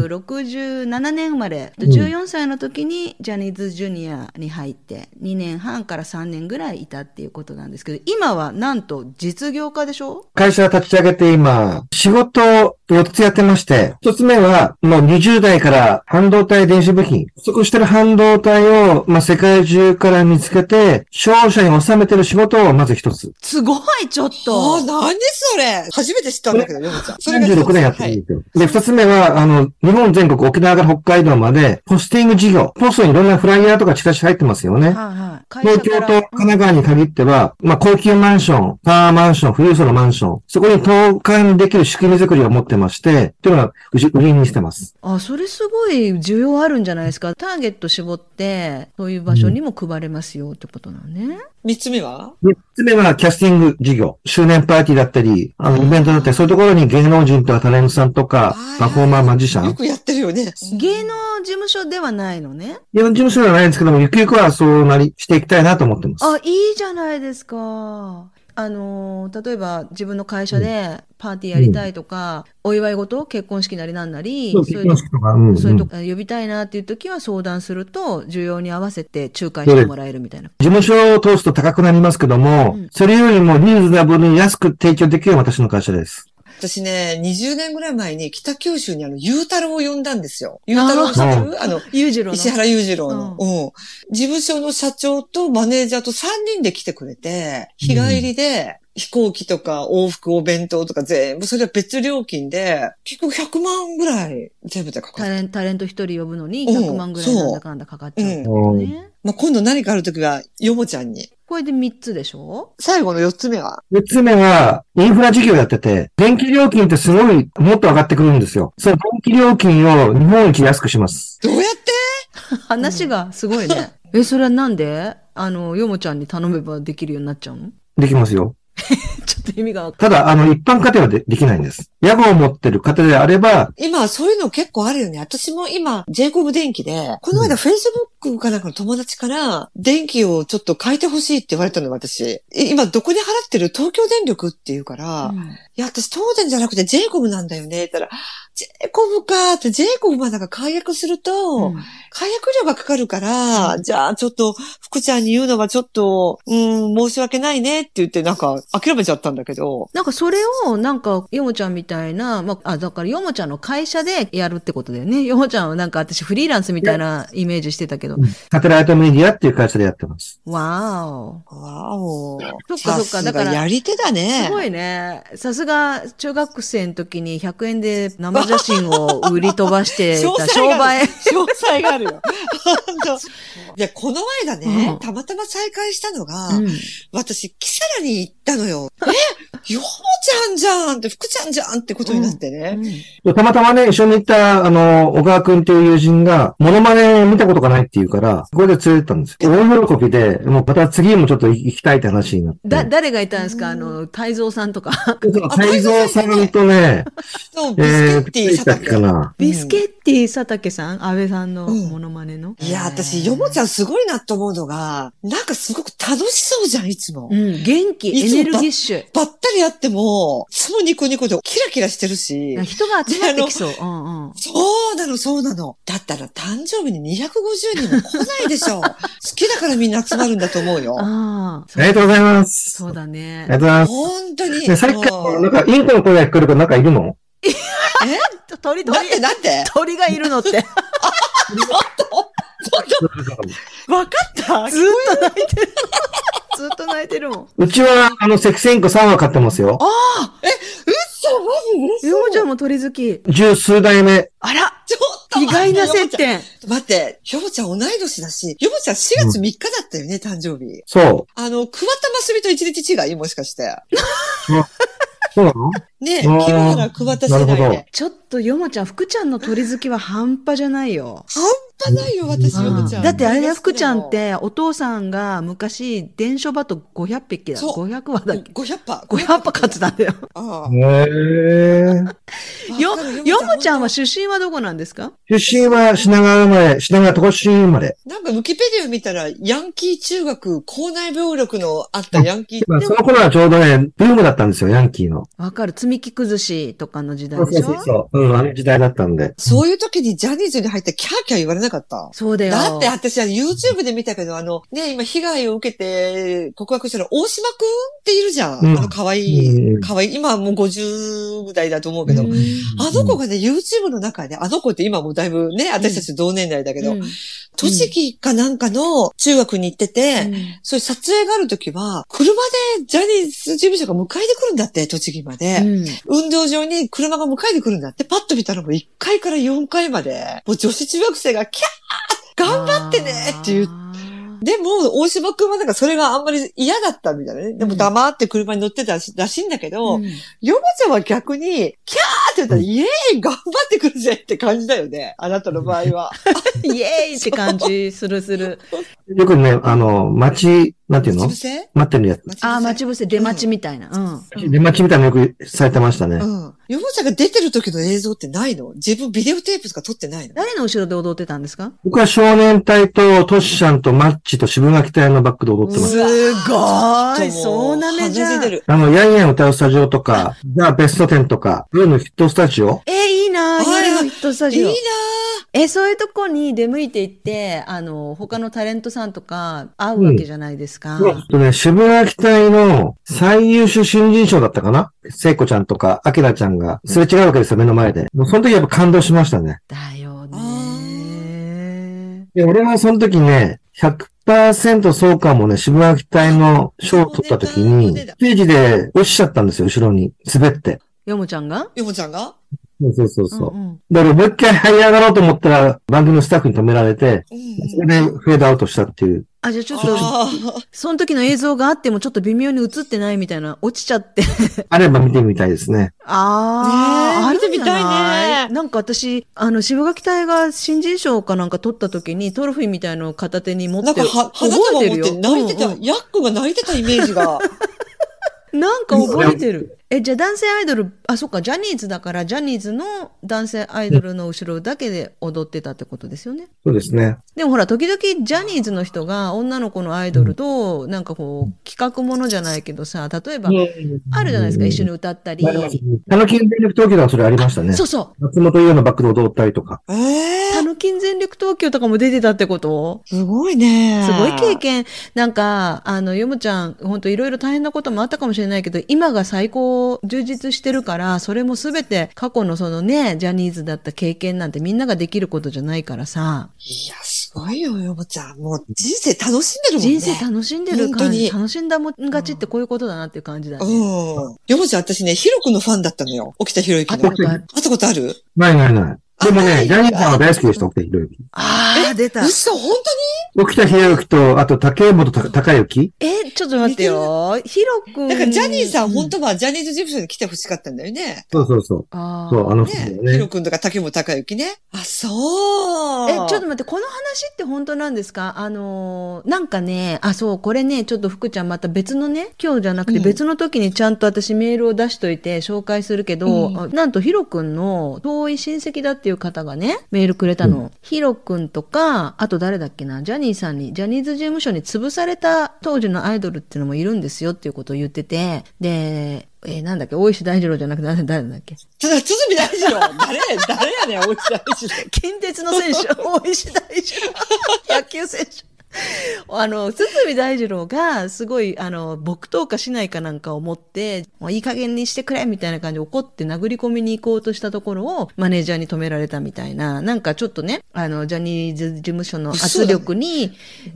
[SPEAKER 1] 1967年生まれ、
[SPEAKER 3] うん
[SPEAKER 1] 14歳の時にジャニーズジュニアに入って、2年半から3年ぐらいいたっていうことなんですけど、今はなんと実業家でしょ
[SPEAKER 3] 会社立ち上げて今、仕事を4つやってまして、1つ目は、もう20代から半導体電子部品、不足してる半導体を、まあ、世界中から見つけて、消費者に収めてる仕事をまず1つ。
[SPEAKER 1] すごい、ちょっ
[SPEAKER 2] ああ、
[SPEAKER 1] と。
[SPEAKER 2] 何それ初めて知ったんだけど、ヨモちゃん。それが
[SPEAKER 3] 36年やってるんですよ。で、二つ目は、あの、日本全国、沖縄から北海道まで、ポスティング事業。ポストにいろんなフライヤーとかチラシ入ってますよね。
[SPEAKER 1] はいはい。会社
[SPEAKER 3] 東京
[SPEAKER 1] か
[SPEAKER 3] と
[SPEAKER 1] ら
[SPEAKER 3] 神奈川に限っては、まあ、高級マンション、パワーマンション、富裕層のマンション、そこに投函できる仕組み作りを持ってまして、というのは、うち売りにしてます。
[SPEAKER 1] あ、それすごい需要あるんじゃないですか。ターゲット絞って、そういう場所にも配れますよってことなのね。
[SPEAKER 2] 三つ目は
[SPEAKER 3] 三つ目は、キャスティング事業。周年パーティーだったり、あの、イベントだったり、そういうところに芸能人とかタレントさんと
[SPEAKER 2] あ
[SPEAKER 3] か
[SPEAKER 2] ー、
[SPEAKER 3] パフォーマー、マジシャ
[SPEAKER 2] よ
[SPEAKER 3] ン。
[SPEAKER 2] くやってるよね。
[SPEAKER 1] 芸能事務所ではないのね。
[SPEAKER 3] いろんな事務所ではないんですけども、ゆくゆくはそうなり、していきたいなと思ってます。
[SPEAKER 1] あ、いいじゃないですか。あのー、例えば自分の会社でパーティーやりたいとか、お祝い事、結婚式なりなんなり、
[SPEAKER 3] そう、
[SPEAKER 1] そういう
[SPEAKER 3] 結婚式とか、うん、うん。
[SPEAKER 1] そういうと
[SPEAKER 3] 事
[SPEAKER 1] こ呼びたいなっていう時は相談すると、需要に合わせて仲介してもらえるみたいな。
[SPEAKER 3] 務所を通すと高くなりますけども、
[SPEAKER 1] うん
[SPEAKER 3] それよりもリーズナブルに安く提供できる私の会社です。
[SPEAKER 2] 私ね、20年ぐらい前に北九州にあの、ゆうたろうを呼んだんですよ。ゆうたろう知ってるあの、
[SPEAKER 1] 裕次郎の。
[SPEAKER 2] 石原裕次郎の、うん。事務所の社長とマネージャーと3人で来てくれて、日帰りで、飛行機とか往復お弁当とか全部、それは別料金で、結局100万ぐらい全部でかか
[SPEAKER 1] タ
[SPEAKER 2] る。
[SPEAKER 1] レンタレント一人呼ぶのに
[SPEAKER 2] うん
[SPEAKER 1] 100万ぐらいなんだかんだかかっちゃうってことね。
[SPEAKER 2] まあ、今度何かあるときは、よもちゃんに。
[SPEAKER 1] これで3つでしょ
[SPEAKER 2] 最後の4つ目は
[SPEAKER 3] 三つ目は、インフラ事業やってて、電気料金ってすごい、もっと上がってくるんですよ。その電気料金を日本一安くします。
[SPEAKER 2] どうやって
[SPEAKER 1] 話がすごいね。え、それはなんであの、よもちゃんに頼めばできるようになっちゃうの
[SPEAKER 3] できますよ。
[SPEAKER 1] ちょっと意味がわかんない
[SPEAKER 3] ただ、あの、一般家庭はでできないんです。屋号を持ってる家庭であれば、
[SPEAKER 2] 今、そういうの結構あるよね。私も今、ジェイコブ電気で、この間、フェイスブックかなんかの友達から、電気をちょっと変えてほしいって言われたのよ、私。え今、どこで払ってる東京電力って言うから、いや、私、東電じゃなくてジェイコブなんだよね、って言ったら、ジェイコブかって、ジェイコブまだが解約すると、
[SPEAKER 1] うん
[SPEAKER 2] 解約料がかかるから、じゃあ、ちょっと、福ちゃんに言うのはちょっと、うん、申し訳ないねって言って、なんか、諦めちゃったんだけど、
[SPEAKER 1] なんかそれを、なんか、よもちゃんみたいな、まあ、あ、だから、ヨモちゃんの会社でやるってことだよね。 ヨモちゃんはなんか私フリーランスみたいなイメージしてたけど。
[SPEAKER 3] サテライトメディアっていう会社でやってます。
[SPEAKER 1] わお。
[SPEAKER 2] わお。
[SPEAKER 1] そっかそっか
[SPEAKER 2] さすが
[SPEAKER 1] だから
[SPEAKER 2] やり手だね。
[SPEAKER 1] すごいね。さすが、中学生の時に100円で生写真を売り飛ばしていた商
[SPEAKER 2] があ
[SPEAKER 1] 売
[SPEAKER 2] る。。詳細があるよ。本当いや、この前だね、
[SPEAKER 1] うん
[SPEAKER 2] たまたま再会したのが、
[SPEAKER 1] うん
[SPEAKER 2] 私、キサラに行ったのよ。え、ヨモちゃんじゃんって、福ちゃんじゃんってことになってね。
[SPEAKER 3] たまたまね、一緒に行った、あの、小川くんっていう友人が、モノマネ見たことがないっていうから、ここで連れてったんですよ。大喜びで、もうまた次もちょっと行きたいって話になって。
[SPEAKER 1] だ、誰がいたんですかあの、太蔵さんとか。
[SPEAKER 3] 泰造さんとね、
[SPEAKER 2] そう、ビ
[SPEAKER 3] え
[SPEAKER 2] スケッ
[SPEAKER 3] ー、く
[SPEAKER 2] テ
[SPEAKER 3] っ
[SPEAKER 2] ィ
[SPEAKER 3] つ
[SPEAKER 2] 佐
[SPEAKER 3] いたっけ
[SPEAKER 2] 竹
[SPEAKER 3] か。な。
[SPEAKER 1] ビスケッティ佐竹さん安倍さんの
[SPEAKER 2] うん
[SPEAKER 1] モノマネの、
[SPEAKER 2] いや、私、ヨモちゃんすごいなと思うのが、なんかすごく楽しそうじゃん、いつも。
[SPEAKER 1] うん、元気、
[SPEAKER 2] い
[SPEAKER 1] エ
[SPEAKER 2] つも
[SPEAKER 1] ネルギッシュ。
[SPEAKER 2] ばったり会っても、いつもニコニコでキラキラしてるし。
[SPEAKER 1] 人が集まってきそう。うんうん。
[SPEAKER 2] そうなの、そうなの。だったら誕生日に250人も来ないでしょ。好きだからみんな集まるんだと思うよ。
[SPEAKER 1] ああ、
[SPEAKER 3] ありがとうございます。
[SPEAKER 1] そうだ
[SPEAKER 3] あ
[SPEAKER 1] ね
[SPEAKER 3] り。がとうございます。
[SPEAKER 2] 本当に。
[SPEAKER 3] ね、さっき
[SPEAKER 2] も
[SPEAKER 3] から、
[SPEAKER 2] う
[SPEAKER 3] なんか、インコの声が聞こえるけど、なんかいるの
[SPEAKER 1] 鳥、鳥
[SPEAKER 2] なん、てなんて
[SPEAKER 1] 鳥がいるのって。ずっ
[SPEAKER 2] わかった
[SPEAKER 1] と泣いてる。ずっと泣いてるもん。
[SPEAKER 3] うちは、あの、セキセインコ3羽飼ってますよ。
[SPEAKER 2] そう、マジ嬉しい。
[SPEAKER 1] ヨモちゃんも鳥好き。
[SPEAKER 3] 十数代目。
[SPEAKER 1] あら
[SPEAKER 2] ちょっと
[SPEAKER 1] 意外な接
[SPEAKER 2] 待って。
[SPEAKER 1] 点。
[SPEAKER 2] 待って、ヨモちゃん同い年だし、ヨモちゃん4月3日だったよね、誕生日。
[SPEAKER 3] そう。
[SPEAKER 2] あの、桑田真澄と一日違い、もしかして。
[SPEAKER 3] そうなの
[SPEAKER 2] ねえ、
[SPEAKER 3] あー
[SPEAKER 2] 清原桑田世代
[SPEAKER 3] なるほ
[SPEAKER 2] で
[SPEAKER 3] ど。
[SPEAKER 1] ちょっとヨモちゃん、福ちゃんの鳥好きは半端じゃないよ。
[SPEAKER 2] 半端ないよ、私、ヨモちゃん。
[SPEAKER 1] だってあれだよ、福ちゃんっ
[SPEAKER 2] 大好き
[SPEAKER 1] て、お父さんが昔、伝書バト500匹だ。
[SPEAKER 2] そう
[SPEAKER 1] 500羽
[SPEAKER 2] だ
[SPEAKER 1] だ
[SPEAKER 2] も
[SPEAKER 1] っ
[SPEAKER 2] ん。
[SPEAKER 1] け
[SPEAKER 2] 500羽。
[SPEAKER 1] 500羽飼ってたんだよ。
[SPEAKER 2] あ
[SPEAKER 3] へー。
[SPEAKER 2] あ。
[SPEAKER 1] よ
[SPEAKER 2] わかる、
[SPEAKER 1] ヨモちゃんは出身はどこなんですか
[SPEAKER 3] 出身は品川生まれ、品川戸越生まれ。
[SPEAKER 2] なんか、ウィキペディア見たら、ヤンキー中学、校内暴力のあったヤンキー。
[SPEAKER 3] まあその頃はちょうどね、ブームだったんですよ、ヤンキーの。
[SPEAKER 1] わかる。積み木崩しとかの時代
[SPEAKER 3] そう
[SPEAKER 1] でし
[SPEAKER 3] そ
[SPEAKER 1] ょ
[SPEAKER 3] うそう。うん、あの時代だったんで。
[SPEAKER 2] そういう時にジャニーズに入ってキャーキャー言われなかった。
[SPEAKER 1] そうだよ。
[SPEAKER 2] だって私は YouTube で見たけど、あの、ね、今被害を受けて告白したの、大島くんっているじゃん。
[SPEAKER 3] うん
[SPEAKER 2] あの、可愛
[SPEAKER 3] うんう
[SPEAKER 2] い、
[SPEAKER 3] ん
[SPEAKER 2] 可愛い。今はもう50ぐらいだと思うけど。
[SPEAKER 1] うん
[SPEAKER 2] あの子がね、YouTube の中で、あの子って今もうだいぶね、私たち同年代だけど、
[SPEAKER 1] うん
[SPEAKER 2] 栃木かなんかの中学に行ってて、そういう撮影がある時は、車でジャニーズ事務所が迎えてくるんだって、栃木まで。
[SPEAKER 1] うん
[SPEAKER 2] 運動場に車が迎えてくるんだって、パッと見たらもう1階から4階まで、もう女子中学生がキャー頑張ってねって言う。
[SPEAKER 1] あー
[SPEAKER 2] でも、大島くんはなんかそれがあんまり嫌だったみたいなね。でも黙って車に乗ってたらしらしいんだけど、
[SPEAKER 1] うん
[SPEAKER 2] ヨモちゃんは逆に、キャーって言ったら、イエーイ頑張ってくるぜって感じだよね。あなたの場合は。
[SPEAKER 1] イエーイって感じするする。
[SPEAKER 3] よくね、あの、街、なんていうの
[SPEAKER 2] 待ち伏せ
[SPEAKER 3] 待ってるやつ。
[SPEAKER 2] 待ち伏せ
[SPEAKER 1] ああ、待ち伏せ、出待ちみたいな。うん。
[SPEAKER 3] 出待ちみたいなのよくされてましたね。
[SPEAKER 2] うん。ヨモちゃんが出てる時の映像ってないの自分ビデオテープとか撮ってないの
[SPEAKER 1] 誰の後ろで踊ってたんですか
[SPEAKER 3] 僕は少年隊とトシちゃんとマッチと渋垣隊のバックで踊ってます。
[SPEAKER 1] すご
[SPEAKER 2] ちょっとも
[SPEAKER 1] いそうなめじゃ
[SPEAKER 2] 鼻
[SPEAKER 1] ん
[SPEAKER 2] 血出る
[SPEAKER 3] あの、ヤンヤン歌うスタジオとか、ザ・ベスト10とか、ブルーのヒットスタジオ
[SPEAKER 1] え、いいな
[SPEAKER 2] あ
[SPEAKER 1] ぁ、
[SPEAKER 2] ー
[SPEAKER 1] 夜のヒットスタ
[SPEAKER 2] いい
[SPEAKER 1] ジ
[SPEAKER 2] な
[SPEAKER 1] オ
[SPEAKER 2] ー。
[SPEAKER 1] え、そういうとこに出向いていって、あの、他のタレントさんとか会うわけじゃないですか。
[SPEAKER 3] えっとね、渋垣隊の最優秀新人賞だったかな聖子ちゃんとか、アキラちゃんが、すれ違うわけですよ、目の前で。もうその時やっぱ感動しましたね。
[SPEAKER 1] だよ
[SPEAKER 2] あ
[SPEAKER 1] ね。
[SPEAKER 3] で、俺はその時ね、100%そうかもね、渋垣隊の賞を取った時に、ステージで落ちちゃったんですよ、後ろに。滑って。
[SPEAKER 1] ヨモちゃんが
[SPEAKER 2] ヨモちゃんが
[SPEAKER 3] そうそうそうそう。
[SPEAKER 1] んん
[SPEAKER 3] だからもう一回這い上がろうと思ったら、番組のスタッフに止められて、
[SPEAKER 2] うん
[SPEAKER 3] それでフェードアウトしたっていう。
[SPEAKER 1] あ、じゃあちょっと、
[SPEAKER 2] あー
[SPEAKER 1] その時の映像があってもちょっと微妙に映ってないみたいな、落ちちゃって。
[SPEAKER 3] あれば見てみたいですね。
[SPEAKER 1] ああ、あ
[SPEAKER 2] ね
[SPEAKER 1] るん
[SPEAKER 2] え
[SPEAKER 1] じゃ
[SPEAKER 2] 見てみた
[SPEAKER 1] ないい
[SPEAKER 2] ね
[SPEAKER 1] なんか私、あの、渋垣隊が新人賞かなんか取った時に、トロフィーみたいのを片手に持
[SPEAKER 2] な
[SPEAKER 1] っ
[SPEAKER 2] ん
[SPEAKER 1] て
[SPEAKER 2] か
[SPEAKER 1] る、
[SPEAKER 2] は、花束
[SPEAKER 1] 覚え
[SPEAKER 2] 持
[SPEAKER 1] てる
[SPEAKER 2] って
[SPEAKER 1] よ。
[SPEAKER 2] 泣いてた、
[SPEAKER 1] うんうん
[SPEAKER 2] ヤックが泣いてたイメージ が。
[SPEAKER 1] なんか覚えてる。え、じゃあ男性アイドル、あ、そっか、ジャニーズだから、ジャニーズの男性アイドルの後ろだけで踊ってたってことですよね。
[SPEAKER 3] そうですね。
[SPEAKER 1] でもほら、時々ジャニーズの人が女の子のアイドルと、なんかこう、企画ものじゃないけどさ、例えば、あるじゃないですか、一緒に歌ったり
[SPEAKER 3] あ。りますね。たぬき電力東京ではそれありましたね。
[SPEAKER 1] そうそう。
[SPEAKER 3] 松本優のバックで踊ったりとか。
[SPEAKER 2] ええ
[SPEAKER 1] たぬ近全力投球とかも出てたってこと
[SPEAKER 2] すごいね。
[SPEAKER 1] すごい経。験。なんか、あの、よもちゃん、本当いろいろ大変なこともあったかもしれないけど、今が最高充実してるから、それもすべて過去のそのね、ジャニーズだった経験なんてみんなができることじゃないからさ、
[SPEAKER 2] いや、すごいよ、よもちゃん。もう人生楽しんでるもんね。
[SPEAKER 1] 人生楽しんでる
[SPEAKER 2] 本
[SPEAKER 1] 感
[SPEAKER 2] 当
[SPEAKER 1] じ、
[SPEAKER 2] に
[SPEAKER 1] 楽しんだもん勝ちってこういうことだなっていう感じだね。
[SPEAKER 2] うん。よもちゃん、私ね、ヒロ君のファンだったのよ。沖田博之
[SPEAKER 1] あ
[SPEAKER 2] の。
[SPEAKER 1] な
[SPEAKER 2] 会
[SPEAKER 1] んか、
[SPEAKER 2] ったことある
[SPEAKER 3] ないないない。でも
[SPEAKER 2] あな
[SPEAKER 3] ね、
[SPEAKER 2] い
[SPEAKER 3] ジャニーさんは大好きでした、沖田博之。
[SPEAKER 1] ああ、出た。
[SPEAKER 2] 嘘、本
[SPEAKER 3] 沖田博之と、あと竹本た高之
[SPEAKER 1] え、ちょっと待ってよ。ヒロ君。
[SPEAKER 2] 当になんか、ジャニーさん、
[SPEAKER 1] う
[SPEAKER 2] 本当は、ジャニーズ事務所に来て欲しかったんだよね。
[SPEAKER 3] そうそうそう。
[SPEAKER 1] あー
[SPEAKER 3] そう、あの人
[SPEAKER 2] ね
[SPEAKER 3] だよ
[SPEAKER 2] ヒ
[SPEAKER 3] ね
[SPEAKER 2] ロ。君とか竹本隆之ね。あ、そう。
[SPEAKER 1] え、ちょっと待って、この話って本当なんですかあのーなんかね、あ、そう、これね、ちょっと福ちゃんまた別のね、今日じゃなくて
[SPEAKER 2] うん
[SPEAKER 1] 別の時にちゃんと私メールを出しといて紹介するけど、
[SPEAKER 2] うん
[SPEAKER 1] あなんとヒロ君の遠い親戚だっていう方がね、メールくれたの。ヒロ君とか、あと誰だっけな、ジャニーさんに、ジャニーズ事務所に潰された当時のアイドルっていうのもいるんですよっていうことを言ってて、で、えーなんだっけ、大石大二郎じゃなくて誰誰だっけ
[SPEAKER 2] ただ、堤大二郎。誰、誰やねん、大内大二 郎。
[SPEAKER 1] 近鉄の選手、大石大二郎、野球選手。あの、堤大二郎が、すごい、あの、木刀かしないかなんかを持って、もういい加減にしてくれみたいな感じで怒って殴り込みに行こうとしたところを、マネージャーに止められたみたいな、なんかちょっとね、あの、ジャニーズ事務所の圧力に、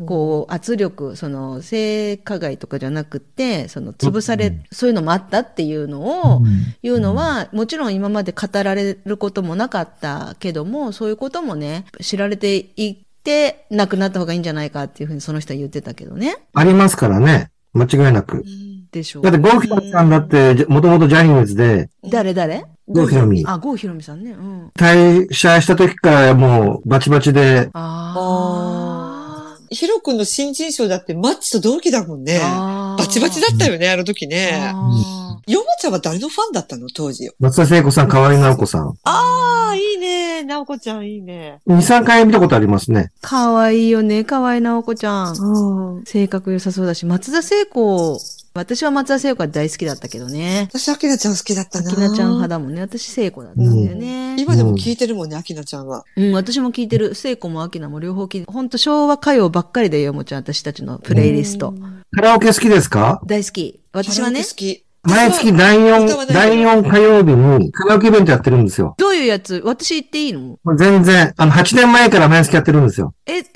[SPEAKER 1] こう、圧力、その、性加害とかじゃなくて、その、潰され、そういうのもあったっていうのを、いうのは、もちろん今まで語られることもなかったけども、そういうこともね、知られていって、亡くなった方がいいんじゃないかっていうふうにその人は言ってたけどね。
[SPEAKER 3] ありますからね。間違いなく。
[SPEAKER 1] でしょう
[SPEAKER 3] だっ。て、ゴーキさんだって、もともとジャニーズで、
[SPEAKER 1] 誰誰
[SPEAKER 3] ゴーキのみ。
[SPEAKER 1] あ、郷ひろみさんね。うん。
[SPEAKER 3] 退社した時からもうバチバチで、
[SPEAKER 1] あ
[SPEAKER 2] ヒロ君の新人賞だって、マッチと同期だもんね。
[SPEAKER 1] あ。
[SPEAKER 2] バチバチだったよね、あの時ね。
[SPEAKER 1] あ
[SPEAKER 2] ヨマちゃんは誰のファンだったの当時。
[SPEAKER 3] 松田聖子さん、河合直子さん。
[SPEAKER 2] ああ、いいね。なおこちゃん、いいね。
[SPEAKER 3] 2、3回見たことありますね。
[SPEAKER 1] ー。かわいいよね、かわいなおこちゃん。
[SPEAKER 2] うん。
[SPEAKER 1] 性格良さそうだし、松田聖子、私は松田聖子が大好きだったけどね。
[SPEAKER 2] 私、アキナちゃん好きだったな。
[SPEAKER 1] あきなちゃん派だもんね。私聖子だったんだよね。
[SPEAKER 2] 今でも聞いてるもんね、アキナちゃんは。
[SPEAKER 1] うん、私も聞いてる。聖子もアキナも両方聞いて、ほんと昭和歌謡ばっかりだよ、もちゃん、私たちのプレイリスト。
[SPEAKER 3] カラオケ好きですか
[SPEAKER 1] 大好き。私はね
[SPEAKER 2] カラオケ、好き。
[SPEAKER 3] 毎月第
[SPEAKER 2] 歌は
[SPEAKER 3] 4、
[SPEAKER 2] ない
[SPEAKER 3] 第4火曜日にカラオケイベントやってるんですよ。
[SPEAKER 1] どういうやつ私言っていいの
[SPEAKER 3] これ全然、あの、8年前から毎月やってるんですよ。
[SPEAKER 1] え、 ち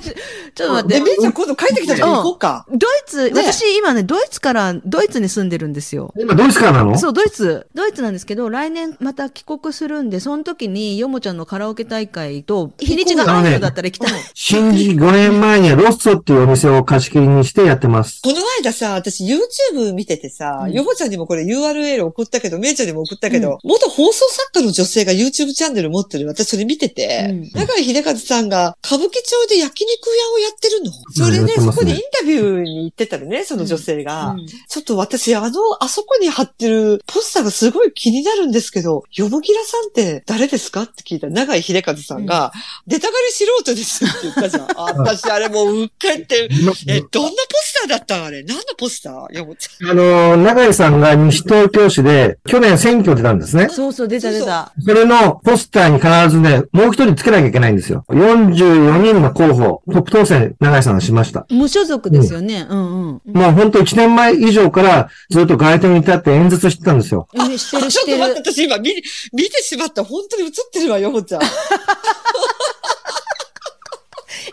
[SPEAKER 1] ょっと待
[SPEAKER 2] で、
[SPEAKER 1] っ
[SPEAKER 2] め
[SPEAKER 1] て。
[SPEAKER 2] いちゃん今度帰ってきた時に行こうか。
[SPEAKER 1] ドイツ、
[SPEAKER 2] ね
[SPEAKER 1] 私今ね、ドイツから、ドイツに住んでるんですよ。
[SPEAKER 3] 今、どうしからなの
[SPEAKER 1] そう、ドイツ。ドイツなんですけど、来年また帰国するんで、その時に、よもちゃんのカラオケ大会と、日にちが合うようだったら行きたい。
[SPEAKER 3] 新宿5年前にはロッソっていうお店を貸し切りにしてやってます。
[SPEAKER 2] この間さ、私 YouTube 見ててさ
[SPEAKER 1] う、ん
[SPEAKER 2] ヨボちゃんにもこれ URL 送ったけど、めいちゃんにも送ったけど、元放送作家の女性が YouTube チャンネル持ってる。私それ見てて、
[SPEAKER 1] うん
[SPEAKER 2] 中井秀和さんが歌舞伎町で焼肉屋をやってるの。それ
[SPEAKER 3] やっ
[SPEAKER 2] で、
[SPEAKER 3] てま
[SPEAKER 2] そ
[SPEAKER 3] す
[SPEAKER 2] こ
[SPEAKER 3] ね
[SPEAKER 2] でインタビューに行ってたのね、その女性が。
[SPEAKER 1] うん
[SPEAKER 2] ちょっと私、あの、あそこに貼ってるポスターがすごい気になるんですけど、よもぎらさんって誰ですかって聞いた長井秀和さんが、出たがり素人ですって言ったじゃん。あ私、あれもううっかりって。え、どんなポスターだったんあれ何のポスターよもち
[SPEAKER 3] あの、長井さんが西東京市で去年選挙出たんですね。
[SPEAKER 1] そうそう、出た出た。
[SPEAKER 3] それのポスターに必ずね、もう一人つけなきゃいけないんですよ。44人の候補、トップ当選、長井さんはしました。
[SPEAKER 1] 無所属ですよね。うんうん。
[SPEAKER 3] もうほんと1年前以上からずっと街頭に立って演説してたんで すよ。
[SPEAKER 1] うん知って
[SPEAKER 2] ゃ
[SPEAKER 1] る知っ
[SPEAKER 2] ん。ちょっと
[SPEAKER 1] て
[SPEAKER 2] 待
[SPEAKER 1] る
[SPEAKER 2] っ。て、私今見、見てしまった。本当に映ってるわ、よ もちゃん。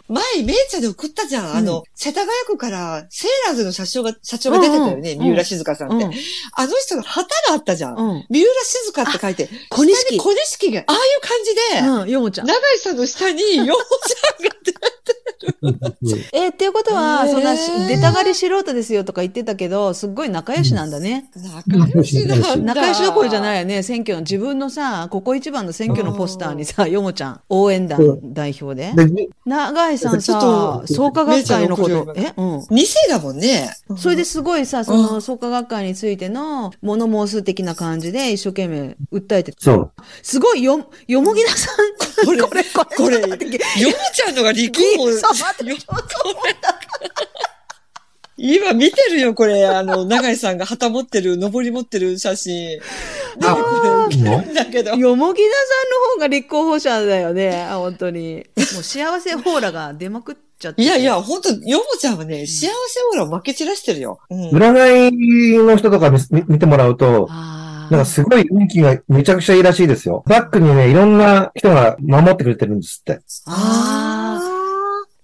[SPEAKER 2] 前、めいちゃんに送ったじゃん。あの、世田谷区から、セーラーズの社長が、社長が出てたよね。
[SPEAKER 1] うんうん
[SPEAKER 2] 三浦静香さんって。
[SPEAKER 1] うん
[SPEAKER 2] あの人の旗があったじゃん。
[SPEAKER 1] うん。
[SPEAKER 2] 三浦静香って書いて、
[SPEAKER 1] 小錦
[SPEAKER 2] 下に小錦が、ああいう感じで、
[SPEAKER 1] うん、よもちゃん。
[SPEAKER 2] 長井さんの下に、よも ちゃんが出て
[SPEAKER 1] えーっていうことは、
[SPEAKER 2] へー
[SPEAKER 1] そんなし、出たがり素人ですよとか言ってたけど、すっごい仲良しなんだね。
[SPEAKER 2] 仲良しなんだ。。
[SPEAKER 1] 仲良しどころじゃないいよね。選挙の、自分のさ、ここ一番の選挙のポスターにさ、よもちゃん、応援団代表で。
[SPEAKER 3] で、
[SPEAKER 1] 長井さん
[SPEAKER 2] ち
[SPEAKER 1] さ
[SPEAKER 2] ょっ、と
[SPEAKER 1] 創価学会のこ
[SPEAKER 2] めいちゃん
[SPEAKER 1] と
[SPEAKER 2] の、
[SPEAKER 1] えうん。
[SPEAKER 2] 二世だもんね。
[SPEAKER 1] それですごいさ、その
[SPEAKER 2] う
[SPEAKER 1] 創価学会についての物申す的な感じで一生懸命訴えて、
[SPEAKER 3] そう。
[SPEAKER 1] すごいよ、よもぎなさん、これ、 これ、
[SPEAKER 2] これ
[SPEAKER 1] ちょっと待って
[SPEAKER 2] ヨモちゃんのが離婚を。
[SPEAKER 1] そう待って
[SPEAKER 2] よ
[SPEAKER 1] ちょっと思った
[SPEAKER 2] 今見てるよ、これ。あの、永井さんが旗持ってる、登り持ってる写真。
[SPEAKER 3] あ
[SPEAKER 2] これ見てるんだけど。
[SPEAKER 1] よもぎださんの方が立候補者だよね。あ本当に。もう幸せオーラが出まくっちゃって。
[SPEAKER 2] いやいや、ほんと、ヨモちゃんはね、幸せオーラを負け散らしてるよ。うん。
[SPEAKER 3] 占いの人とか見見見てもらうと、
[SPEAKER 1] あ
[SPEAKER 3] なんか
[SPEAKER 1] ー。
[SPEAKER 3] すごい運気がめちゃくちゃいいらしいですよ。バックにね、いろんな人が守ってくれてるんですって。
[SPEAKER 1] あ
[SPEAKER 2] あ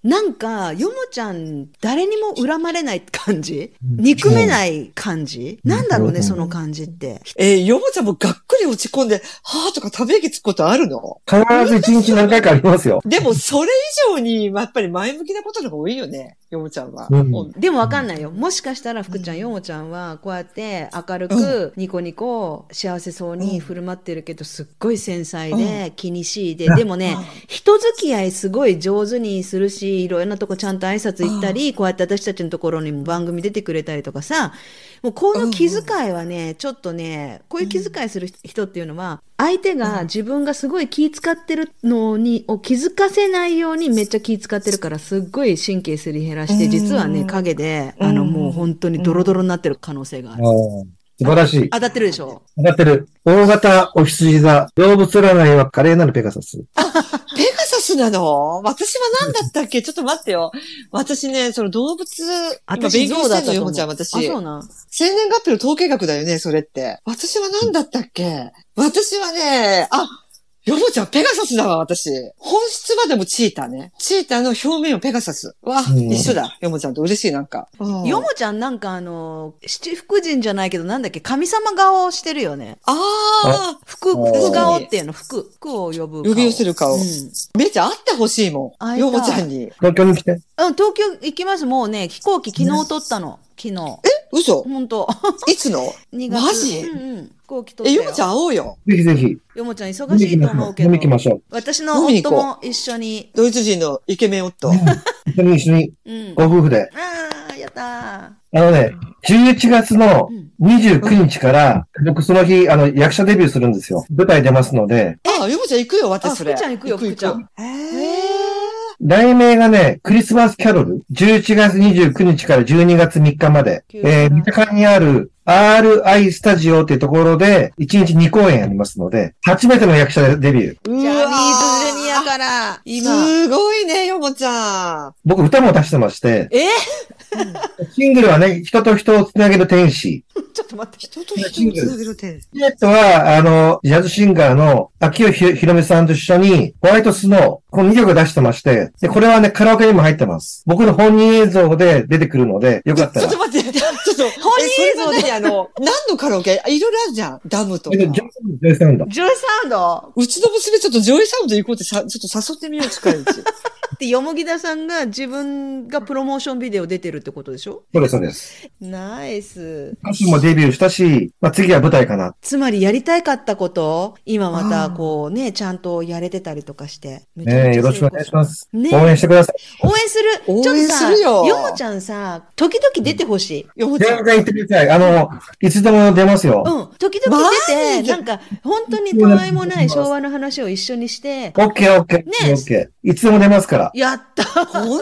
[SPEAKER 1] なんか、よもちゃん、誰にも恨まれない感じ憎めない感じ
[SPEAKER 3] うん
[SPEAKER 1] なんだろう
[SPEAKER 3] う
[SPEAKER 1] ね、
[SPEAKER 3] ん
[SPEAKER 1] その感じって。
[SPEAKER 2] ー。えー、ヨモちゃんもがっくり落ち込んで、はーとかため息つくことあるの
[SPEAKER 3] 必ず一日何回かありますよ。
[SPEAKER 2] でも、それ以上に、まあやっぱり前向きなことの方が多いよね、ヨモちゃんは。
[SPEAKER 3] うん
[SPEAKER 2] もう
[SPEAKER 1] でもわかんないよ。もしかしたら、福ちゃん、よもちゃんは、こうやって明るく、ニコニコ、幸せそうに振る舞ってるけど、すっごい繊細で、気にしいで、でもね、人付き合いすごい上手にするし、いろんなとこちゃんと挨拶行ったり、こうやって私たちのところにも番組出てくれたりとかさ、もうこの気遣いはね、ちょっとね、こういう気遣いする人っていうのは、相手が自分がすごい気遣ってるのに、を気づかせないようにめっちゃ気遣ってるから、すっごい神経すり減らして、
[SPEAKER 2] うん
[SPEAKER 1] 実はね、陰で、あのもう本当にドロドロになってる可能性がある。
[SPEAKER 3] 素晴らしい。
[SPEAKER 1] 当たってるでしょ
[SPEAKER 3] 当たってる。大型お羊座。動物占いは華麗なるペガサス。
[SPEAKER 2] ペガサスなの私は何だったっけちょっと待ってよ。私ね、その動物、今勉強してんの、ヨモちゃん、私。
[SPEAKER 1] あ、そうなん。
[SPEAKER 2] 生年月日の統計学だよね、それって。私は何だったっけ私はね、あ、ヨモちゃん、ペガサスだわ、私。本質はでもチーターね。チーターの表面をペガサス。わ、
[SPEAKER 3] うん
[SPEAKER 2] 一緒だ。ヨモちゃんと嬉しい、なんか。うん
[SPEAKER 1] よもちゃんなんかあの、七福神じゃないけどなんだっけ、神様顔してるよね。
[SPEAKER 2] ああ
[SPEAKER 1] 福、
[SPEAKER 3] おー
[SPEAKER 1] 福顔っていうの、福、福を呼ぶ
[SPEAKER 2] 呼
[SPEAKER 1] 顔。
[SPEAKER 2] び寄せる顔。
[SPEAKER 1] うん。
[SPEAKER 2] めっちゃ会ってほしいも
[SPEAKER 1] 会い
[SPEAKER 2] ん。
[SPEAKER 1] たい
[SPEAKER 2] ヨモちゃんに。
[SPEAKER 3] 東京に来て。
[SPEAKER 1] うん、東京行きます。もうね、飛行機昨日取ったの。昨日。
[SPEAKER 2] 嘘
[SPEAKER 1] ほん と。
[SPEAKER 2] いつの
[SPEAKER 1] 2月。
[SPEAKER 2] マジ
[SPEAKER 1] うんうん。飛行機取
[SPEAKER 2] え、
[SPEAKER 1] っ
[SPEAKER 2] ヨ
[SPEAKER 1] た
[SPEAKER 2] モ
[SPEAKER 1] よ。
[SPEAKER 2] ちゃん会おうよ。
[SPEAKER 3] ぜひぜひ。
[SPEAKER 1] よもちゃん忙
[SPEAKER 3] 見
[SPEAKER 1] し
[SPEAKER 3] に
[SPEAKER 1] い
[SPEAKER 3] 行
[SPEAKER 1] と思
[SPEAKER 3] きましょ
[SPEAKER 1] う
[SPEAKER 3] う。
[SPEAKER 1] け
[SPEAKER 3] 見に行きま
[SPEAKER 1] ど。
[SPEAKER 3] しょう。
[SPEAKER 1] 私の
[SPEAKER 2] 飲みに行
[SPEAKER 1] 夫
[SPEAKER 2] こう
[SPEAKER 1] も一緒に。
[SPEAKER 2] ドイツ人のイケメン夫。
[SPEAKER 3] 本当に一緒に、
[SPEAKER 1] うん。
[SPEAKER 3] ご夫婦で。
[SPEAKER 1] ああ、やった
[SPEAKER 3] あのね、11月の
[SPEAKER 1] ー。うん。
[SPEAKER 3] 29日から、僕その日、あの、役者デビューするんですよ。舞台出ますので、
[SPEAKER 2] あ、ヨモちゃん行くよ、
[SPEAKER 1] あ、
[SPEAKER 2] 私それ。
[SPEAKER 1] 福ちゃん行くよ、福ちゃん。。
[SPEAKER 2] え
[SPEAKER 3] 題名がね、クリスマスキャロル。11月29日から12月3日まで。えー、三鷹にある RI スタジオっていうところで、1日2公演ありますので、初めての役者でデビュー。
[SPEAKER 2] ジャニ
[SPEAKER 1] ジャニーズジュニアから、今。
[SPEAKER 2] すごいね、ヨモちゃん。
[SPEAKER 3] 僕歌も出してまして、
[SPEAKER 1] え
[SPEAKER 3] シングルはね、人と人をつなげる天使。
[SPEAKER 1] ちょっと待って。
[SPEAKER 2] 人と人をつなげる点。
[SPEAKER 3] デュエットは、あの、ジャズシンガーの秋代ひひろみさんと一緒に、ホワイトスノー、この2曲出してまして、で、これはね、カラオケにも入ってます。僕の本人映像で出てくるので、よ
[SPEAKER 2] ち
[SPEAKER 3] か
[SPEAKER 2] ょ
[SPEAKER 3] った
[SPEAKER 2] ちょ
[SPEAKER 3] ら
[SPEAKER 2] っと。待って、ちょっと、え
[SPEAKER 1] 本人映像
[SPEAKER 2] それは何あの、何のカラオケいろいろあるじゃん。ダムとか
[SPEAKER 3] え。っとジョイサウンドジョイサウンド。
[SPEAKER 1] ジョイサウンド
[SPEAKER 2] うちの娘ちょっとジョイサウンド行こうってさ、ちょっと誘ってみよう、近いうち。
[SPEAKER 1] って、よもぎださんが自分がプロモーションビデオ出てるってことでしょ
[SPEAKER 3] そうです、そうです。
[SPEAKER 1] ナイス。
[SPEAKER 3] 歌手もデビューしたし、まあ、次は舞台かな。
[SPEAKER 1] つまりやりたかったこと、今ま
[SPEAKER 2] あ
[SPEAKER 1] た
[SPEAKER 2] ー
[SPEAKER 1] こうね、ちゃんとやれてたりとかして。めちゃ
[SPEAKER 3] ね
[SPEAKER 1] めちゃ
[SPEAKER 3] よろしくお願いします。応
[SPEAKER 1] ね
[SPEAKER 3] 援してください。
[SPEAKER 1] 応援する。
[SPEAKER 2] 応援するよ
[SPEAKER 1] ちょっとさよもちゃんさ、時々出てほしい。
[SPEAKER 2] ヨモちゃ
[SPEAKER 3] 全
[SPEAKER 2] ん。
[SPEAKER 3] 然行ってください。あの、いつでも出ますよ。
[SPEAKER 1] うん。時々出
[SPEAKER 2] マ
[SPEAKER 1] て、
[SPEAKER 2] ジ
[SPEAKER 1] なんか、本当にたわいもない昭和の話を一緒に して、
[SPEAKER 3] オッケーオッケー。
[SPEAKER 1] ね
[SPEAKER 3] オッケー。いつでも出ますから。
[SPEAKER 1] やった
[SPEAKER 2] 本当に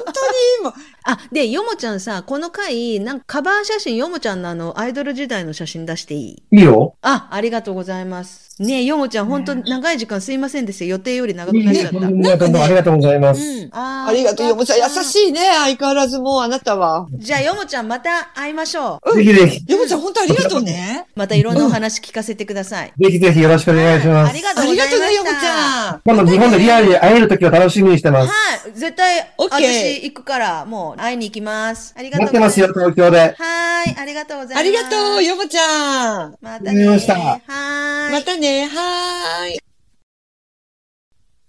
[SPEAKER 2] 今、
[SPEAKER 1] あ、で、よもちゃんさ、この回、なんかカバー写真、よもちゃんのあの、アイドル時代の写真出していい
[SPEAKER 3] いいよ。
[SPEAKER 1] あ、ありがとうございます。ねえ、よもちゃん、本当長い時間すいませんでした。予定より長く
[SPEAKER 3] いい
[SPEAKER 1] なっち
[SPEAKER 3] ね
[SPEAKER 1] ゃった。
[SPEAKER 3] どんどんどんどんありがとうございます。
[SPEAKER 1] うん。あー
[SPEAKER 2] ありがとう、ヨモちゃん。優
[SPEAKER 1] い。
[SPEAKER 2] しいね、相変わらずもうあなたは。
[SPEAKER 1] じゃあ、よもちゃん、また会いましょう。
[SPEAKER 3] ぜひぜひ、
[SPEAKER 2] ヨモちゃん、本当ありがとうね。
[SPEAKER 1] またいろんなお話聞かせてください。
[SPEAKER 3] ぜひぜひよろしくお願いします。
[SPEAKER 1] ありがと
[SPEAKER 2] あ
[SPEAKER 1] うご
[SPEAKER 2] り
[SPEAKER 1] ざ
[SPEAKER 2] が
[SPEAKER 1] いました。
[SPEAKER 2] とうね、ヨモちゃん。
[SPEAKER 3] 今度日本でリアルで会える時を楽しみにしてます。
[SPEAKER 1] はい。絶対、
[SPEAKER 2] オッケー
[SPEAKER 1] 私行くから、もう会いに行きます。ありがと
[SPEAKER 3] 待
[SPEAKER 1] う
[SPEAKER 3] っ
[SPEAKER 1] ござ
[SPEAKER 3] て
[SPEAKER 1] いま。
[SPEAKER 3] ますすよ、東京で。
[SPEAKER 1] はい。ありがとうございます。
[SPEAKER 2] ありがとう、ヨモちゃん。
[SPEAKER 1] また
[SPEAKER 3] あり
[SPEAKER 1] ね。
[SPEAKER 3] がとうござい
[SPEAKER 1] は
[SPEAKER 3] ま
[SPEAKER 1] ーい。
[SPEAKER 2] またね、はーい。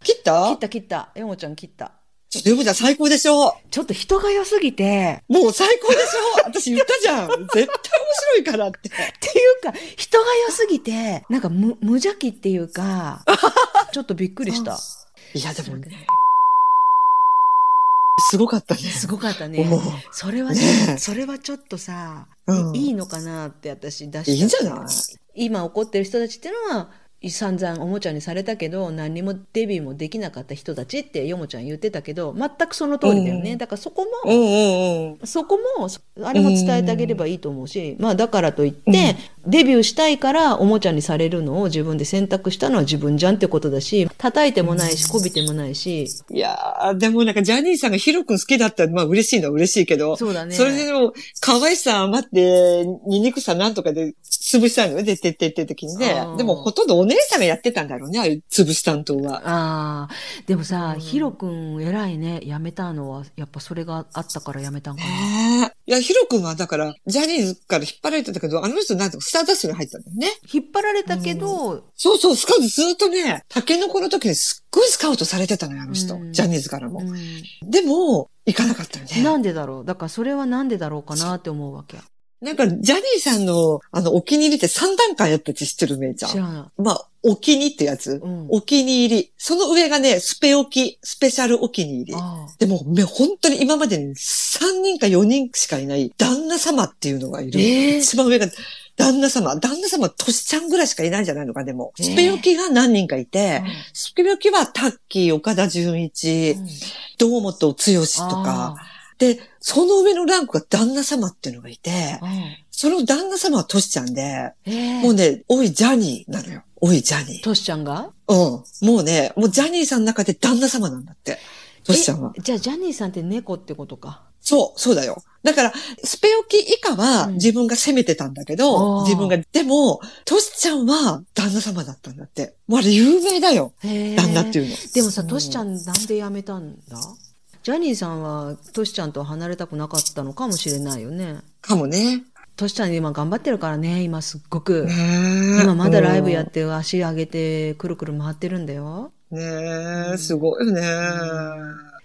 [SPEAKER 2] 切った
[SPEAKER 1] 切った切った。よもちゃん切った。
[SPEAKER 2] ちょっとヨモちゃん最高でしょ
[SPEAKER 1] ちょっと人が良すぎて、
[SPEAKER 2] もう最高でしょ私言ったじゃん絶対面白いからって。
[SPEAKER 1] っていうか、人が良すぎて、なんか無無邪気っていう か、ちょっとびっくりした。
[SPEAKER 2] いや、でもね。すごかったね。
[SPEAKER 1] すごかった
[SPEAKER 2] お
[SPEAKER 1] ね。
[SPEAKER 2] う
[SPEAKER 1] それはちょ、
[SPEAKER 2] ねえ
[SPEAKER 1] それはちょっとさ、
[SPEAKER 2] うん
[SPEAKER 1] いいいのかなって私出し
[SPEAKER 2] い
[SPEAKER 1] ちゃ
[SPEAKER 2] いん
[SPEAKER 1] っ
[SPEAKER 2] じ
[SPEAKER 1] た
[SPEAKER 2] ゃない
[SPEAKER 1] 今怒ってる人たちっていうのは、散々おもちゃにされたけど、何にもデビューもできなかった人たちってよもちゃん言ってたけど、全くその通りだよね。
[SPEAKER 2] うん
[SPEAKER 1] だからそこ
[SPEAKER 2] う
[SPEAKER 1] も、
[SPEAKER 2] んうんうん。
[SPEAKER 1] そこも、そあれも伝えてあげればいいと思うし、まあだからといって、デビューしたいからおもちゃにされるのを自分で選択したのは自分じゃんってことだし、叩いてもないし、こびてもないし、
[SPEAKER 2] いやー、でもなんかジャニーさんがヒロ君好きだったら、まあ嬉しいのは嬉しいけど、
[SPEAKER 1] そうだね。
[SPEAKER 2] それでも、可愛さ余って、醜さなんとかで潰したのよ、で、てってって時にね
[SPEAKER 1] うん。
[SPEAKER 2] でも、ほとんどお姉さんがやってたんだろうね、ああいう潰し担当は。
[SPEAKER 1] ああ、でもさ、
[SPEAKER 2] うん
[SPEAKER 1] ヒロ君偉いね。辞めたのは、やっぱそれがあったから辞めたんか
[SPEAKER 2] ね
[SPEAKER 1] な。
[SPEAKER 2] えいや、ヒロ君はだから、ジャニーズから引っ張られてたけど、あの人なんとかスターダストに入ったんだよね。
[SPEAKER 1] 引っ張られたけど、
[SPEAKER 2] そうそう、スカウトずっとね、タケノコの時にすっごいスカウトされてたのよ、あの人。
[SPEAKER 1] うん
[SPEAKER 2] ジャニーズから
[SPEAKER 1] う
[SPEAKER 2] も。
[SPEAKER 1] ん
[SPEAKER 2] でも、行かなかったよね。
[SPEAKER 1] なんでだろうだからそれはなんでだろうかなって思うわけ。
[SPEAKER 2] なんか、ジャニーさんの、あの、お気に入りって3段階やったって知ってる、めいちゃ
[SPEAKER 1] 知
[SPEAKER 2] ん。
[SPEAKER 1] らな
[SPEAKER 2] まあ、お気に入りってやつ。
[SPEAKER 1] い。うん。
[SPEAKER 2] お気に入り。その上がね、スペおき、スペシャルお気に入り。
[SPEAKER 1] ああ
[SPEAKER 2] でも、め、本当に今までに3人か4人しかいない旦那様っていうのがいる。
[SPEAKER 1] ええ
[SPEAKER 2] 一番上が旦那様。旦那様、としちゃんぐらいしかいないんじゃないのか、でも。
[SPEAKER 1] ええ
[SPEAKER 2] スペおきが何人かいて、
[SPEAKER 1] う
[SPEAKER 2] スペおきはタッキー、岡田純一、
[SPEAKER 1] ん
[SPEAKER 2] 堂本剛とか。。で、その上のランクが旦那様っていうのがいて
[SPEAKER 1] あ、あうん
[SPEAKER 2] その旦那様はとしちゃんで、
[SPEAKER 1] ええ
[SPEAKER 2] もうね、おいジャニーなのよ。おいジャニー。
[SPEAKER 1] トシちゃんが
[SPEAKER 2] うん。もうね、もうジャニーさんの中で旦那様なんだって。トシちゃんは。
[SPEAKER 1] えじゃあジャニーさんって猫ってことか。
[SPEAKER 2] そう、そうだよ。だから、スペオキ以下は
[SPEAKER 1] うん
[SPEAKER 2] 自分が責めてたんだけど、
[SPEAKER 1] あー
[SPEAKER 2] 自分が、でも、トシちゃんは旦那様だったんだって。もうあれ有名だよ。
[SPEAKER 1] へえ
[SPEAKER 2] 旦那っていうの。
[SPEAKER 1] でもさ、トシちゃ
[SPEAKER 2] うん
[SPEAKER 1] なんで辞めたんだジャニーさんはトシちゃんと離れたくなかったのかもしれないよね。
[SPEAKER 2] かもね。
[SPEAKER 1] トシちゃん今頑張ってるからね、今すっごく。
[SPEAKER 2] ねえ
[SPEAKER 1] 今まだライブやって足上げてくるくる回ってるんだよ。
[SPEAKER 2] ねえ、すごいよね。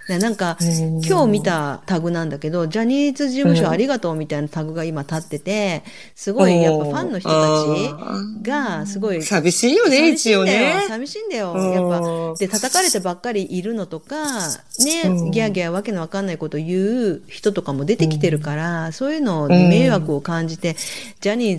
[SPEAKER 1] でなんか、
[SPEAKER 2] うん
[SPEAKER 1] 今日見。たタグなんだけど、ジャニーズ事務所ありがとうみたいなタグが今立ってて、すごいやっぱファンの人た
[SPEAKER 2] た
[SPEAKER 1] ちがすごい
[SPEAKER 2] ち寂しいよね、
[SPEAKER 1] 寂し
[SPEAKER 2] 一
[SPEAKER 1] いん
[SPEAKER 2] 応
[SPEAKER 1] だよ。
[SPEAKER 2] ね。
[SPEAKER 1] 寂しいんだよ。
[SPEAKER 2] うん
[SPEAKER 1] やっぱ。で、叩かれてばっかりいるのとか、
[SPEAKER 2] う
[SPEAKER 1] ね、
[SPEAKER 2] ん
[SPEAKER 1] ギャーギャーわけのわかんないこと言う人とかも出てきてるから、そういうのに迷惑を感じて、ジャニー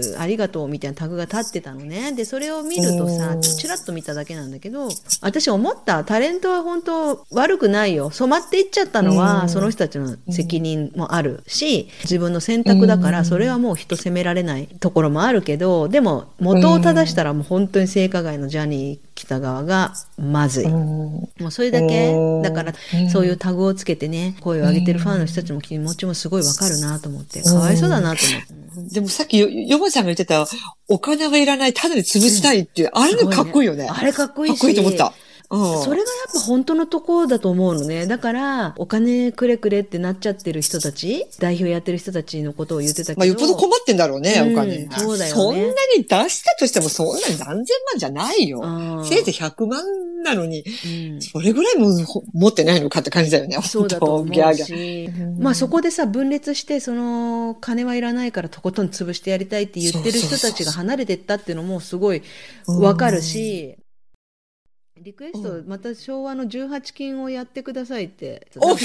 [SPEAKER 1] ズありがとうみたいなタグが立ってたのね。で、それを見るとさ
[SPEAKER 2] う、ん
[SPEAKER 1] ちらっと見ただけなんだけど、私思った、タレントは本当悪くないよ。染まっていっちゃったの
[SPEAKER 2] う
[SPEAKER 1] は、
[SPEAKER 2] ん
[SPEAKER 1] その人たちの責任もあるし、自分の選択だか
[SPEAKER 2] う
[SPEAKER 1] ら、
[SPEAKER 2] ん
[SPEAKER 1] それはもう人責められないところもあるけど、でも元を正したらもう本当に性加害のジャニー北川がまずい。
[SPEAKER 2] うん
[SPEAKER 1] もうそれだけ
[SPEAKER 2] うん、
[SPEAKER 1] だから
[SPEAKER 2] うん
[SPEAKER 1] そういうタグをつけてね、声を上げてるファンの人たちも気持ちもすごいわかるなと思って、かわいそうだなと思って。
[SPEAKER 2] でもさっきよ、よもちゃんが言ってた、お金はいらない、ただで潰したいっていう、あれのかっこいいよね。
[SPEAKER 1] あれかっこいい
[SPEAKER 2] かっ
[SPEAKER 1] し。
[SPEAKER 2] こいいと思った。うん。
[SPEAKER 1] それがやっぱ本当のところだと思うのね。だから、お金くれくれってなっちゃってる人たち、代表やってる人たちのことを言ってたけど。
[SPEAKER 2] まあ、よっぽど困ってんだろうね、
[SPEAKER 1] うん
[SPEAKER 2] お金が。
[SPEAKER 1] そうだよね
[SPEAKER 2] そんなに出したとしても、そんなに何千万じゃないよ。
[SPEAKER 1] うん
[SPEAKER 2] せいぜい100万なのに、
[SPEAKER 1] うん
[SPEAKER 2] それぐらいもほ持ってないのかって感じだよね、
[SPEAKER 1] そう
[SPEAKER 2] 本
[SPEAKER 1] だと
[SPEAKER 2] 当
[SPEAKER 1] 思
[SPEAKER 2] ギャ
[SPEAKER 1] う
[SPEAKER 2] ーギャー。
[SPEAKER 1] し。
[SPEAKER 2] うん
[SPEAKER 1] まあそこでさ、分裂して、その、金はいらないからとことん潰してやりたいって言ってる人たちが離れてったっていうのもすごいわかる。し、リクエス
[SPEAKER 2] う
[SPEAKER 1] ト、また昭和の18金をやってくださいって、
[SPEAKER 2] お
[SPEAKER 1] なんか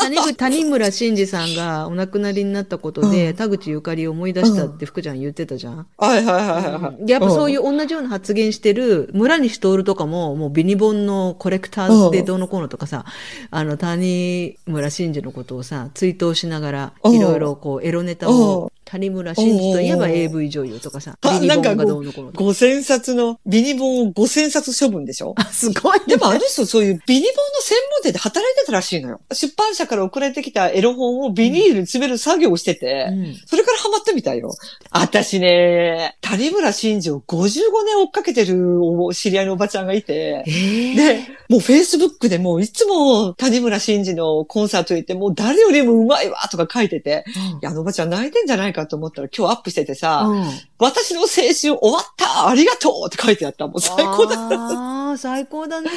[SPEAKER 1] 谷口谷村新司さんがお亡くなりになったことで、
[SPEAKER 2] うん
[SPEAKER 1] 田口ゆかりを思い出したって福ちゃん言ってたじゃん。
[SPEAKER 2] はいはいはいはいは
[SPEAKER 1] う
[SPEAKER 2] い。
[SPEAKER 1] んやっぱそういうう同じような発言してる村西徹とかも、もうビニボンのコレクターでどうのこうのとかさ、あの谷村新司のことをさ、追悼しながら、
[SPEAKER 2] うん
[SPEAKER 1] いろいろこうエロネタ
[SPEAKER 2] う
[SPEAKER 1] を、谷村新司といえば
[SPEAKER 2] うん
[SPEAKER 1] AV 女優とかさ、
[SPEAKER 2] あ
[SPEAKER 1] ビニボン
[SPEAKER 2] な
[SPEAKER 1] が
[SPEAKER 2] んか
[SPEAKER 1] どうのこうの
[SPEAKER 2] ん。
[SPEAKER 1] とか。
[SPEAKER 2] 5000冊の、ビニ本を5000冊処分でしょ
[SPEAKER 1] あ、 すごいね。
[SPEAKER 2] でもあの人そういうビニ本の専門店で働いてたらしいのよ。出版社から送られてきたエロ本をビニールに詰める作業をしてて、
[SPEAKER 1] うん
[SPEAKER 2] それからハマったみたいよ。私ね、谷村新司を55年追っかけてるお知り合いのおばちゃんがいて、
[SPEAKER 1] ええ
[SPEAKER 2] で、もう Facebook でもういつも谷村新司のコンサート行ってもう誰よりもうまいわとか書いてて、いや、あのおばちゃん泣いてんじゃないかと思ったら今日アップしててさ、
[SPEAKER 1] うん
[SPEAKER 2] 私の青春終わったありがとうって書いてあった。もう最高だ。
[SPEAKER 1] あー最高だね。